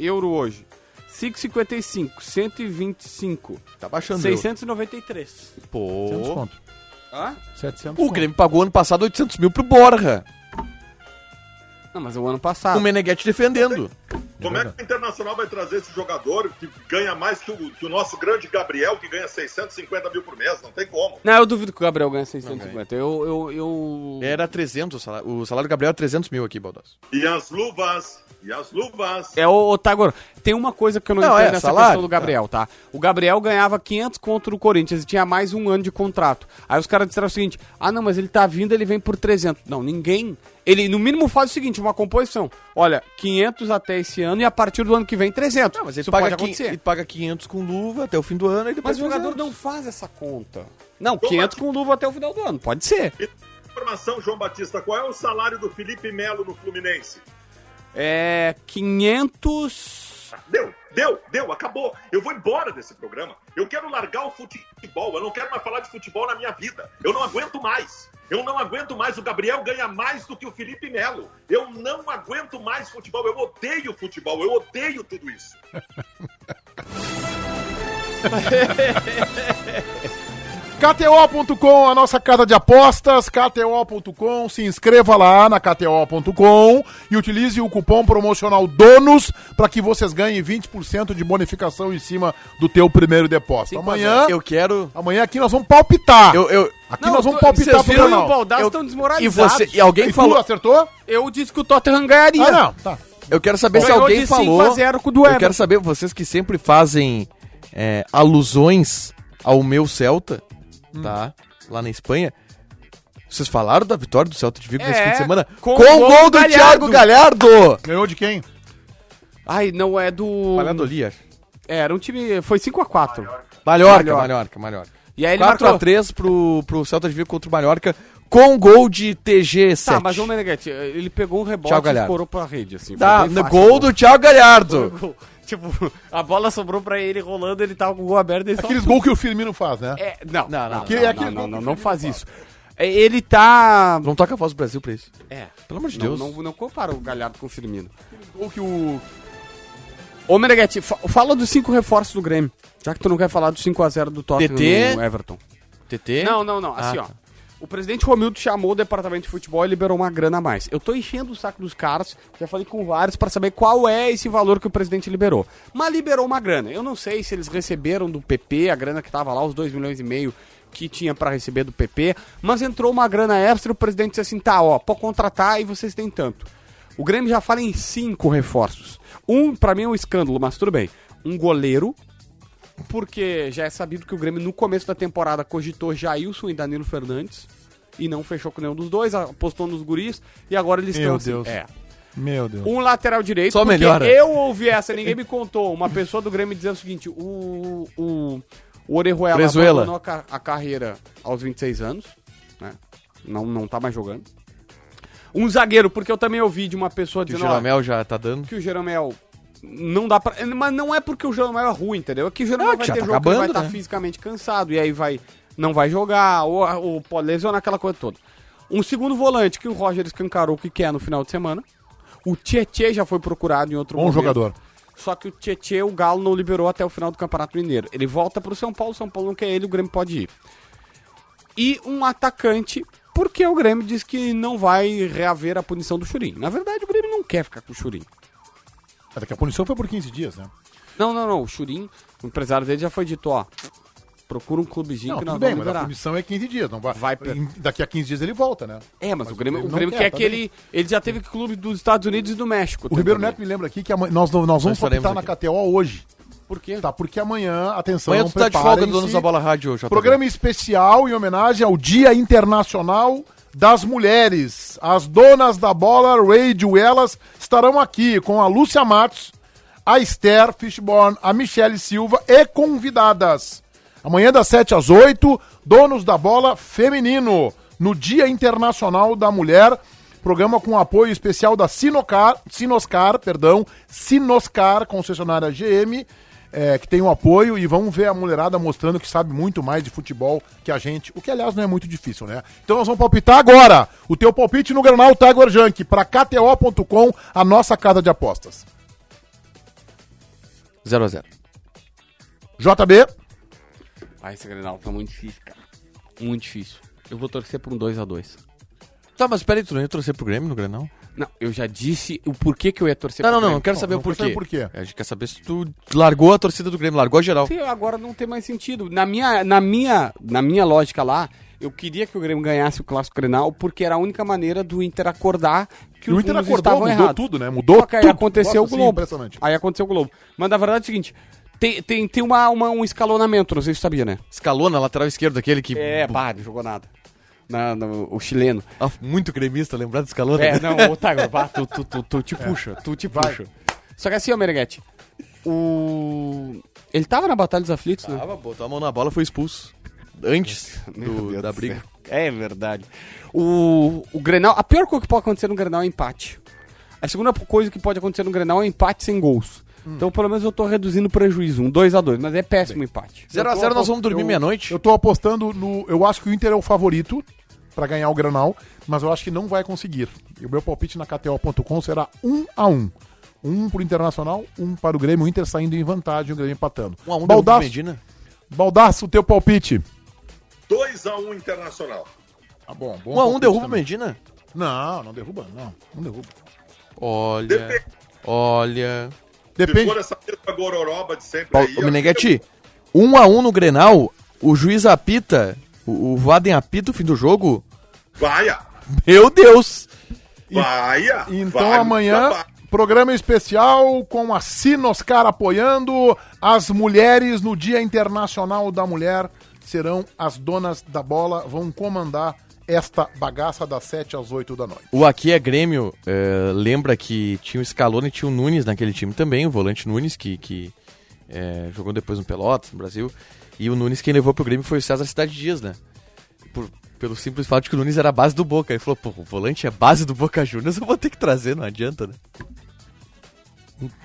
D: Euro hoje. 5,55, 125,
C: Tá baixando
D: 693.
C: Pô.
B: 700
D: Hã?
B: 700
C: O Grêmio pagou ano passado 800 mil pro Borja.
D: Não, mas é o ano passado.
C: O Meneghetti defendendo.
E: Como é que o Internacional vai trazer esse jogador que ganha mais que o, que o nosso grande Gabriel, que ganha 650 mil por mês? Não tem como.
D: Não, eu duvido que o Gabriel ganhe 650. Eu, eu, eu...
C: Era 300 o salário. O salário do Gabriel é 300 mil aqui, Baldasso.
E: E as luvas. E as luvas.
D: É, o Tagor, tem uma coisa que eu não,
C: Não,
D: entendo
C: é,
D: nessa
C: salário,
D: questão do Gabriel, tá? O Gabriel ganhava 500 contra o Corinthians e tinha mais um ano de contrato. Aí os caras disseram o seguinte, ah não, mas ele tá vindo, ele vem por 300. Não, ninguém... Ele, no mínimo, faz o seguinte, uma composição. Olha, 500 até esse ano e a partir do ano que vem, 300.
C: Não, mas ele
D: Isso
C: paga,
D: pode
C: quin-
D: acontecer.
C: ele paga 500 com luva até o fim do ano e depois
D: Mas o jogador
C: 300.
D: não faz essa conta. Não,
E: Toma
D: 500
E: aqui.
D: com luva até o final do ano, pode ser.
E: Informação, João Batista, qual é o salário do Felipe Melo no Fluminense?
D: É, 500...
E: Deu, deu, deu, acabou. Eu vou embora desse programa. Eu quero largar o futebol. Eu não quero mais falar de futebol na minha vida. Eu não aguento mais. Eu não aguento mais. O Gabriel ganha mais do que o Felipe Melo. Eu não aguento mais futebol. Eu odeio futebol. Eu odeio tudo isso.
B: KTO.com, a nossa casa de apostas, KTO.com, se inscreva lá na KTO.com e utilize o cupom promocional DONOS para que vocês ganhem 20% de bonificação em cima do teu primeiro depósito.
D: Cinco
B: Amanhã,
C: Eu quero...
B: amanhã aqui nós vamos palpitar.
C: Eu, eu...
B: Aqui
D: Não,
B: nós vamos
D: tô-
B: palpitar
D: vocês
B: pro
D: viram e o
B: canal.
D: Baldassi
C: eu-
D: estão
C: E
D: desmoralizados.
C: você... E alguém
B: E tu
C: falou...
B: acertou?
D: Eu disse que o Tottenham ganharia.
B: Ah, não, tá.
C: Eu quero saber se
D: Ganhou
C: alguém
D: de 5
C: falou...
D: a 0 com o do
C: Eu
D: Everton.
C: quero saber, vocês que sempre fazem é, alusões ao meu Celta,
D: Hum.
C: tá? Lá na Espanha. Vocês falaram da vitória do Celta de Vigo nesse
D: É,
C: fim de semana
D: com
C: com,
D: o
C: o
D: gol
C: gol,
D: do
C: do Thiago Galhardo!
B: Ganhou de
D: Tá
B: quem?
D: Ai, não é do.
C: Valhadolia.
D: É, era um time. Foi 5x4.
C: Mallorca, Mallorca, Mallorca.
D: E aí É, ele marcou.
C: 4x3 pro, pro Celta de Vigo contra o Mallorca com gol de TG7.
D: Tá, mas o Meneghete, ele pegou um rebote
C: Tchau,
D: e
C: Galhardo.
D: escorou pra rede, assim.
C: Tá,
D: Foi bem
C: no
D: fácil,
C: gol do Thiago Galhardo.
D: Gol. Tipo, a bola sobrou pra ele rolando, ele tava com o gol aberto e só.
B: Aqueles gols que o Firmino faz, né?
D: É, não, não, não.
B: Aquele-
D: não,
B: aquele
D: não,
B: gol
D: não,
B: que
D: não faz isso. É, Ele tá.
C: Não toca a voz do Brasil pra isso.
D: É.
C: Pelo amor de
D: Não,
C: Deus.
D: não, não compara o Galhardo com o Firmino.
B: Aquele gol que o
D: Ô, Meneghetti, fa- fala dos cinco reforços do Grêmio. Já que tu não quer falar dos 5x0 do Tottenham
C: TT.
D: no Everton.
C: TT?
D: Não, não, não. Assim,
C: Ah,
D: ó. O presidente Romildo chamou o departamento de futebol e liberou uma grana a mais. Eu tô enchendo o saco dos caras, já falei com vários pra saber qual é esse valor que o presidente liberou. Mas liberou uma grana. Eu não sei se eles receberam do PP a grana que tava lá, os 2 milhões e meio que tinha pra receber do PP, mas entrou uma grana extra e o presidente disse assim: "Tá, ó, pode contratar e vocês têm tanto". O Grêmio já fala em cinco reforços. Um, pra mim é um escândalo, mas tudo bem. Um goleiro, porque já é sabido que o Grêmio no começo da temporada cogitou Jailson e Danilo Fernandes e não fechou com nenhum dos dois, apostou nos guris e agora eles
B: Meu
D: estão assim,
B: Deus.
D: é.
B: Meu Deus.
D: Um lateral direito,
C: Só melhora.
D: eu ouvi essa, ninguém me contou, uma pessoa do Grêmio dizendo o seguinte, o o, o Orejuela
C: Prezuela.
D: abandonou a, ca- a carreira aos 26 anos, né? Não não tá mais jogando. Um zagueiro, porque eu também ouvi de uma pessoa
C: Que o
D: dizendo, ó,
C: Jeromel já tá dando.
D: que o Jeromel não dá pra. Mas não é porque o Jeromel é ruim, entendeu? É que o Jeromel
C: Não,
D: vai
C: já
D: ter
C: tá
D: jogo que ele vai
C: acabando,
D: estar
C: né?
D: fisicamente cansado e aí vai não vai jogar ou, ou pode lesionar aquela coisa toda. Um segundo volante que o Roger escancarou o que quer no final de semana. O Tietê já foi procurado em outro
B: Bom
D: momento.
B: jogador.
D: Só que o Tietê, o Galo não liberou até o final do Campeonato Mineiro. Ele volta pro São Paulo, São Paulo não quer ele, o Grêmio pode ir. E um atacante, porque o Grêmio diz que não vai reaver a punição do Churinho. Na verdade, o Grêmio não quer ficar com o Churinho.
B: Até que É, a punição foi por 15 dias, né?
D: Não, não, não. O Churin, o empresário dele já foi dito, ó. Procura um clubezinho
B: Não,
D: que
B: tudo
D: nós
B: bem, mas
D: vamos
B: a
D: liberar.
B: punição é 15 dias. Não vai,
D: Vai per-
B: em- Daqui a 15 dias ele volta, né?
D: É, mas, o Grêmio,
B: ele
D: o
B: não
D: Grêmio
B: quer,
D: quer
B: tá
D: que
B: bem.
D: ele. Ele já teve clube dos Estados Unidos e do México.
B: O Ribeiro Neto me lembra aqui que ama- nós, nós vamos
C: faremos
B: optar na KTO hoje.
D: Por quê?
B: Tá, porque amanhã, atenção,
C: Amanhã tu tá de folga do Donos da Bola Rádio, JB.
B: Programa especial em homenagem ao Dia Internacional das Mulheres. As donas da bola, Radio, elas estarão aqui com a Lúcia Matos, a Esther Fishborn, a Michele Silva e convidadas. Amanhã das 7 às 8, Donos da Bola Feminino, no Dia Internacional da Mulher. Programa com apoio especial da Sinocar, Sinoscar, perdão, Sinoscar, concessionária GM, é, que tem o apoio e vamos ver a mulherada mostrando que sabe muito mais de futebol que a gente, o que aliás não é muito difícil, né? Então nós vamos palpitar agora. O teu palpite no Granal Tiger Junk para KTO.com, a nossa casa de apostas.
C: 0x0.
B: JB,
D: Ai, esse Grenal tá muito difícil, cara. Muito difícil. Eu vou torcer por um 2x2.
C: Tá, mas peraí, tu não ia torcer pro Grêmio no Grenal?
D: Não, eu já disse o porquê que eu ia torcer
C: Não, não,
D: pro
C: não, eu
D: Grêmio.
C: quero saber
B: não
C: o porquê.
B: percebe por quê.
C: A gente quer saber se tu largou a torcida do Grêmio, largou a geral.
D: Sim, agora não tem mais sentido. Na minha, na minha, na minha lógica lá, eu queria que o Grêmio ganhasse o clássico Grenal porque era a única maneira do Inter acordar que
B: E o
D: os
B: Inter
D: números
B: acordou,
D: estavam
B: mudou
D: errados.
B: tudo, né? Mudou
D: Só que aí
B: tudo.
D: aconteceu
B: Nossa,
D: o
B: sim,
D: Globo.
B: impressionante.
D: Aí aconteceu o Globo. Mas na verdade é o seguinte, tem, tem, tem uma, uma- um escalonamento, não sei se você sabia, né?
C: Escalona, lateral esquerdo, aquele que.
D: É, pá, não jogou nada. Na- na- o chileno.
C: Ah, muito gremista, lembrar do Escalona.
D: É, não, o Tiger, pá, tu, tu, tu, tu
C: É.
D: te puxa, tu te puxa. Só que assim, ó, Meneghete, o... Ele tava na Batalha dos Aflitos, né?
C: Tava, botou a mão na bola foi expulso. Antes do- da briga.
D: É verdade. O, o Grenal, a pior coisa que pode acontecer no Grenal é empate. A segunda coisa que pode acontecer no Grenal é empate sem gols. Então, pelo menos eu tô reduzindo o prejuízo, um 2 a 2 mas é péssimo o empate.
C: 0x0 Tá, nós vamos dormir
B: eu-
C: meia-noite.
B: Eu tô apostando no. Eu acho que o Inter é o favorito pra ganhar o Granal, mas eu acho que não vai conseguir. E o meu palpite na KTO.com será 1 a 1 Um pro Internacional, um para o Grêmio. O Inter saindo em vantagem, o Grêmio empatando.
C: Um a um derrubou o
B: Baldaço,
C: Medina.
B: Baldaço, teu palpite.
E: 2x1 Internacional.
B: Ah, bom,
D: Um
B: bom.
C: 1 a 1 derruba o Medina.
B: Não, não derruba, não. Não derruba.
C: Olha.
E: Depende.
C: Olha.
E: Se
B: É.
E: for
B: Depende.
E: essa mesma gororoba de sempre
C: Paulo,
E: aí...
C: Ô,
E: eu-
C: Meneghetti, 1 a 1 no Grenal, o juiz apita, o, o Vaden apita o fim do jogo.
E: Vaia!
C: Meu Deus!
E: Vaia!
B: Então
E: vai,
B: amanhã,
E: vai.
B: programa especial com a Sinoscar apoiando as mulheres no Dia Internacional da Mulher. Serão as donas da bola, vão comandar esta bagaça das 7 às 8 da noite.
C: O Aqui é Grêmio, eh, lembra que tinha o Scaloni e tinha o Nunes naquele time também, o volante Nunes, que, que eh, jogou depois no Pelotas, no Brasil. E o Nunes quem levou pro Grêmio foi o César Cidade Dias, né? Por- pelo simples fato de que o Nunes era a base do Boca. Ele falou, pô, o volante é base do Boca Juniors, eu vou ter que trazer, não adianta, né?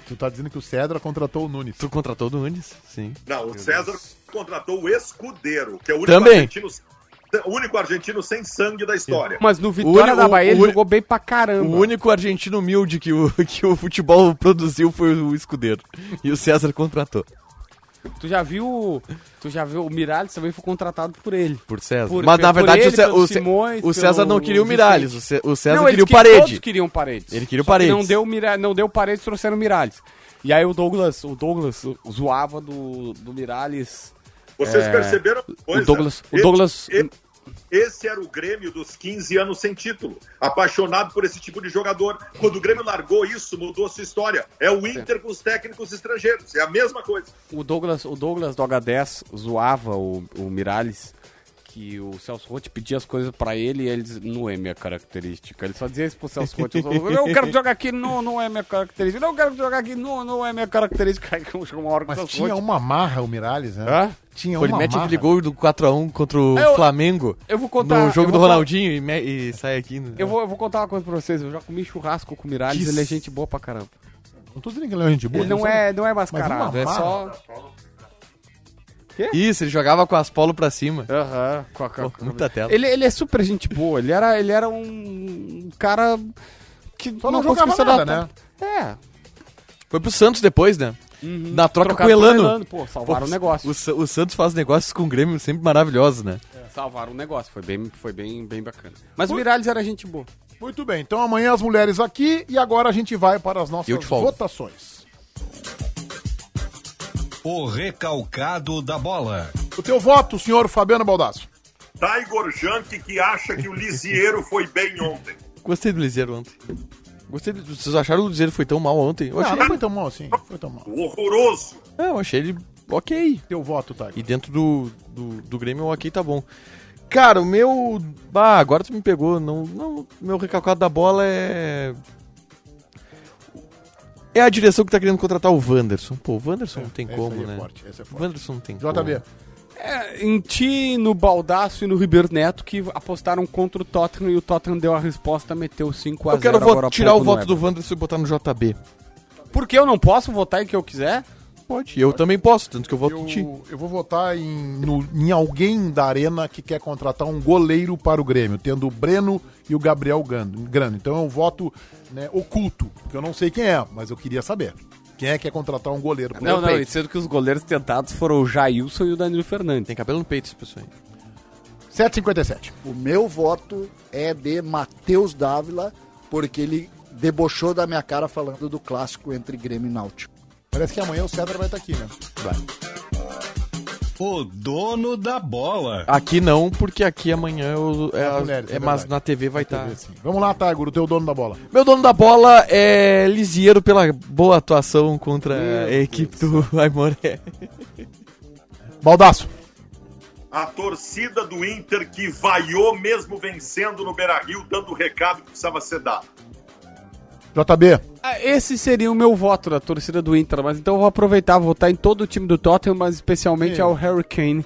B: Tu tá dizendo que o Cedra contratou o Nunes.
C: Tu contratou o Nunes? Sim.
E: Não, o César contratou o Escudeiro, que é o único
C: Também.
E: argentino o único argentino sem sangue da história.
D: Mas no
C: O
D: Vitória
C: uni-
D: da Bahia
C: o-
D: ele
C: o uni-
D: jogou bem pra caramba.
C: O único argentino humilde que o, que o futebol produziu foi o escudeiro. E o César contratou.
D: Tu já viu. Tu já viu. O Miralles também foi contratado por ele.
C: Por César.
D: Por-
C: Mas na
D: por
C: verdade
D: ele,
C: o, Cé-
D: pelo
C: o Cé-
D: Simões,
C: o César
D: pelo
C: não queia o
D: Vicente.
C: Miralles, o, Cé- o César
D: eles
C: queria o
D: que-
C: Parede.
D: Todos queriam paredes.
C: Ele queria o
D: Só que
C: Paredes.
D: Não deu, mira, não deu paredes, trouxeram o Miralles. E aí o Douglas, o Douglas zoava do, do Miralles.
E: Vocês
D: É,
E: perceberam uma coisa?
D: o Douglas- o
E: Esse-
D: Douglas-
E: e- esse era o Grêmio dos 15 anos sem título, apaixonado por esse tipo de jogador. Quando o Grêmio largou isso, mudou sua história. É o Inter com os técnicos estrangeiros, é a mesma coisa.
D: O Douglas, o Douglas do H10 zoava o, o Miralles. Que o Celso Rotti pedia as coisas pra ele e eles não é minha característica. Ele só dizia isso pro Celso Rotti. Eu quero jogar aqui, não, não é minha característica. Não quero jogar aqui, não, não é minha característica. Aí chegou uma hora que o
B: Mas
D: Celso
B: tinha
D: Roth-
B: uma marra o Miralles, né?
D: Tá Hã?
B: Tinha
C: Foi ele
B: uma
C: mete
B: marra.
C: aquele gol do 4x1 contra o
D: É, Eu-
C: Flamengo
D: Eu vou contar.
C: um no jogo do
D: eu vou con-
C: Ronaldinho e, me- e sai aqui. né?
D: Eu vou, eu vou contar uma coisa pra vocês. Eu já comi churrasco com o Miralles.
C: Que
D: Ele é
C: s-
D: gente boa pra caramba.
B: Não tô dizendo que ele é um gente boa.
D: Ele não é, não é
B: Mas
D: mascarado,
B: uma
D: é
B: barra.
D: só.
C: Isso, ele jogava com as polo pra cima.
D: Aham, com a- com a-
C: Pô, muita tela.
D: Ele, ele é super gente boa, ele era, ele era um cara que
B: Só não jogava
D: conseguia
B: nada,
D: adaptar.
B: né?
D: É.
C: Foi pro Santos depois, né? Na troca com
D: Uhum. Trocaram
C: o Elano.
D: Pô,
C: Pô,
D: salvaram o um negócio.
C: O, Sa- o Santos faz negócios com o Grêmio sempre maravilhosos, né?
D: Salvaram o negócio, foi bem, foi bem, bem bacana. Mas o Miralles era gente boa.
B: Muito bem, então amanhã as mulheres aqui e agora a gente vai para as nossas
C: Eu te folgo.
B: votações.
A: O recalcado da bola.
B: O teu voto, senhor Fabiano Baldasso.
E: Tiger Junk que acha que o Lisieiro foi bem ontem.
C: Gostei do Liseiro ontem. Gostei do... Vocês acharam que o Liseiro foi tão mal ontem? Eu
B: Ah,
C: achei...
B: não foi tão mal assim, não foi tão mal.
E: Horroroso.
C: Não, É, eu achei ele ok.
B: Teu voto, tá?
C: E dentro do, do, do Grêmio, o ok tá bom. Cara, o meu. Ah, agora tu me pegou. Não, não, meu recalcado da bola é. É a direção que tá querendo contratar o Wanderson. Pô, o Wanderson não tem
B: essa
C: como,
B: aí é
C: né?
B: forte, essa é
C: o
B: forte.
C: Wanderson não tem como.
B: JB,
D: É, em ti, no Baldaço e no Ribeiro Neto que apostaram contra o Tottenham e o Tottenham deu a resposta, meteu 5 a 0
C: Eu quero vo-
D: agora há
C: tirar o
D: pouco no
C: voto do Wanderson e botar no JB.
D: Everton. Porque eu não posso votar em que eu quiser?
C: Pode. Eu também posso, tanto que eu voto em ti.
B: eu, eu vou votar em, no- em alguém da arena que quer contratar um goleiro para o Grêmio, tendo o Breno e o Gabriel Gando- Grando. Então é um voto né, oculto, porque eu não sei quem é, mas eu queria saber. Quem é que quer contratar um goleiro para
D: Não, não, e sendo que os goleiros tentados foram o Jailson e o Danilo Fernandes.
C: Tem cabelo no peito esse pessoal aí.
B: 7,57.
F: O meu voto é de Matheus Dávila, porque ele debochou da minha cara falando do clássico entre Grêmio e Náutico.
B: Parece que amanhã o César vai estar aqui, né?
A: O dono da bola.
C: Aqui não, porque aqui amanhã eu, é,
B: as
C: as-
B: mulheres,
C: é,
B: é
C: mas
B: verdade.
C: na TV vai
D: tá.
C: tá estar.
B: Sim. assim. Vamos lá, Tiger, o teu dono da bola.
C: Meu dono da bola é Lisieiro pela boa atuação contra a equipe do Aimoré.
B: Baldaço.
E: A torcida do Inter que vaiou mesmo vencendo no Beira-Rio, dando o recado que precisava ser dado.
B: JB.
D: Ah, Esse seria o meu voto da torcida do Inter, mas então eu vou aproveitar, vou votar em todo o time do Tottenham, mas especialmente ao Harry Kane,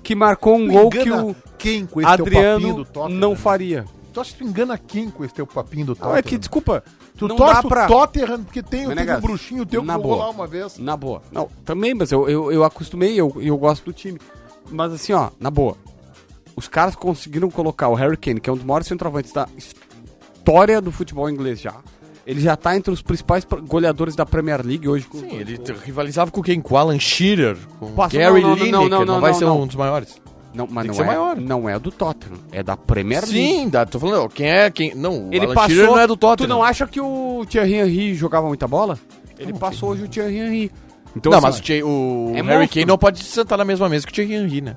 D: que marcou um gol que
B: engana
D: o
B: quem com esse teu papinho
D: Adriano
B: do Tottenham?
D: não faria.
B: Tu acha que tu engana quem com esse teu papinho do Tottenham?
D: Não, é que, desculpa,
B: tu
D: não
B: torce
D: dá pra...
B: o Tottenham, porque tem o teu
D: Menegas,
B: um bruxinho teu que
D: né, na
B: jogou
D: boa.
B: lá uma vez.
D: Na boa. Não, também, mas eu, eu, eu acostumei, eu, eu gosto do time. Mas assim, ó, na boa. Os caras conseguiram colocar o Harry Kane, que é um dos maiores centroavantes da história do futebol inglês já. Ele já tá entre os principais pro- goleadores da Premier League hoje. Com
C: Sim, ele te- rivalizava com quem? Com Alan Shearer, com
D: Passou-
C: Gary
D: não, não, não,
C: Lineker, não,
D: não, não, não,
C: vai
D: não,
C: ser
D: não.
C: um dos maiores.
D: Não,
C: Tem
D: mas
C: que
D: não
C: ser
D: é,
C: maior.
D: não é do Tottenham, é da Premier League.
C: Sim, dá, tô falando, ó, quem é quem... Não, o
D: Ele
C: Alan
D: passou.
C: Shearer não é do
D: Tu
C: Tottenham.
D: não acha que o Thierry Henry jogava muita bola? Ele passou hoje o Thierry Henry. Então,
C: Não,
D: assim,
C: mas o, Che- o
D: É
C: Harry
D: monstro.
C: Kane não pode sentar na mesma mesa que o Thierry Henry, né?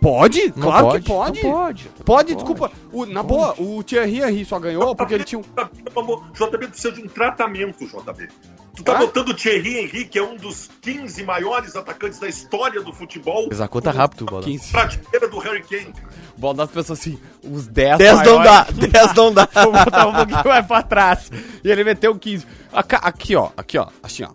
D: pode?
C: Não
D: Claro que
C: pode.
D: pode.
C: Não
D: pode. desculpa. O- na boa, o Thierry Henry só ganhou porque ele tinha um
E: JB precisa de um tratamento, JB. Tu tá
D: Ah?
E: botando o Thierry Henry, que é um dos 15 maiores atacantes da história do futebol,
C: Mas a conta é rápido, Bola.
D: 15.
E: prateleira do Harry Kane.
D: O Baldassi pensou assim, os 10
C: 10 não dá,
D: maiores-
C: 10 não dá.
D: Vou botar um pouquinho mais pra trás. E ele meteu 15. Aca- Aqui, ó. Aqui, ó. Assim, ó.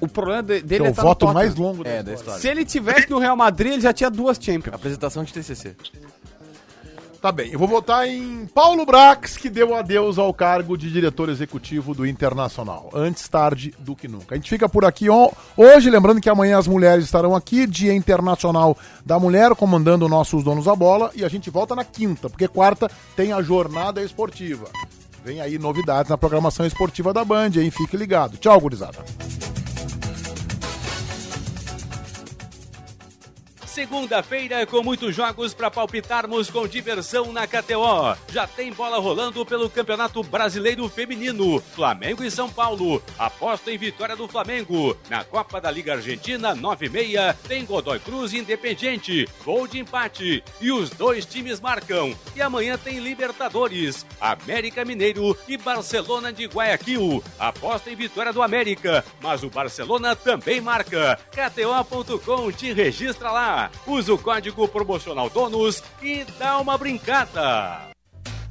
D: O problema de- dele
B: É o
D: tá no
B: voto
D: Tottenham.
B: mais longo da
C: É, da
B: história.
C: história.
D: Se ele tivesse no Real Madrid, ele já tinha duas Champions.
C: Apresentação de TCC.
B: Tá bem, eu vou votar em Paulo Brax, que deu adeus ao cargo de diretor executivo do Internacional. Antes tarde do que nunca. A gente fica por aqui on- hoje, lembrando que amanhã as mulheres estarão aqui, Dia Internacional da Mulher, comandando o nosso Os Donos da Bola. E a gente volta na quinta, porque quarta tem a Jornada Esportiva. Vem aí novidades na programação esportiva da Band, hein? Fique ligado. Tchau, gurizada.
G: Segunda-feira com muitos jogos para palpitarmos com diversão na KTO. Já tem bola rolando pelo Campeonato Brasileiro Feminino. Flamengo e São Paulo. Aposta em vitória do Flamengo. Na Copa da Liga Argentina, 9h30, tem Godoy Cruz e Independiente. Gol de empate. E os dois times marcam. E amanhã tem Libertadores. América Mineiro e Barcelona de Guayaquil. Aposta em vitória do América. Mas o Barcelona também marca. KTO.com te registra lá. Usa o código promocional DONUS e dá uma brincada.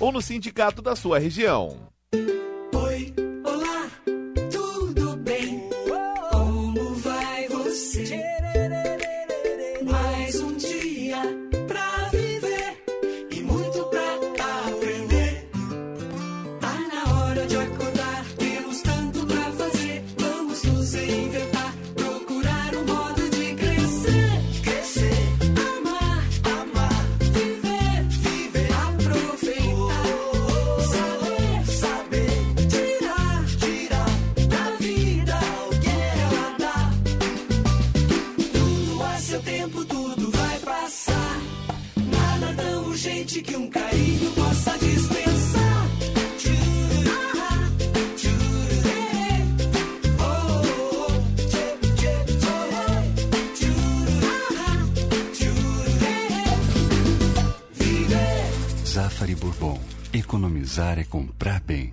H: ou no sindicato da sua região.
I: Oi, olá, tudo bem? Como vai você? Mais um dia pra viver e muito pra aprender. Tá na hora de acordar, temos tanto pra fazer. Vamos nos reinventar, procurar um modo de crescer, crescer. Amar, amar, viver, viver, aproveitar, saber, saber, tirar, tirar da vida o que ela dá. Tudo a seu tempo, tudo vai passar. Nada tão urgente que um carinho possa dispensar. Tchururá, tchururê, oh, oh, oh, tchê, tchê, tchorê. Tchururá, tchururê, viver.
J: Zafari Bourbon. Economizar é comprar bem.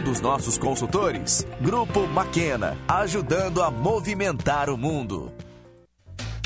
K: dos nossos consultores. Grupo Maquena, ajudando a movimentar o mundo.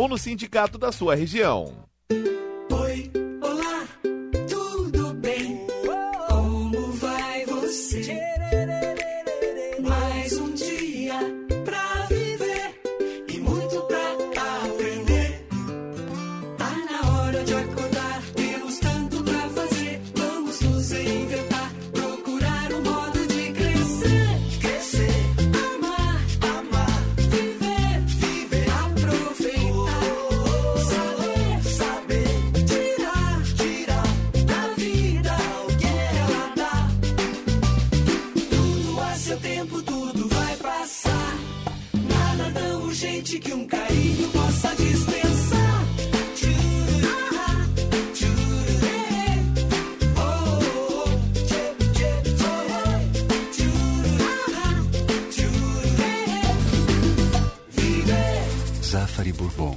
H: ou no sindicato da sua região.
I: Oi, olá, tudo bem? Como vai você? Mais um dia pra viver e muito pra aprender. Tá na hora de acordar, temos tanto pra fazer. Vamos nos reinventar, procurar um modo de crescer, crescer. Amar, amar, viver, viver, aproveitar, saber, saber, tirar, tirar da vida o que ela dá. Tudo a seu tempo, tudo vai passar. Nada tão urgente que um carinho possa dispensar. Tchurá, tchurê, oh, oh, oh, tchê, tchê, tchorê. Tchurá, tchurê, viver.
J: Zafari Bourbon.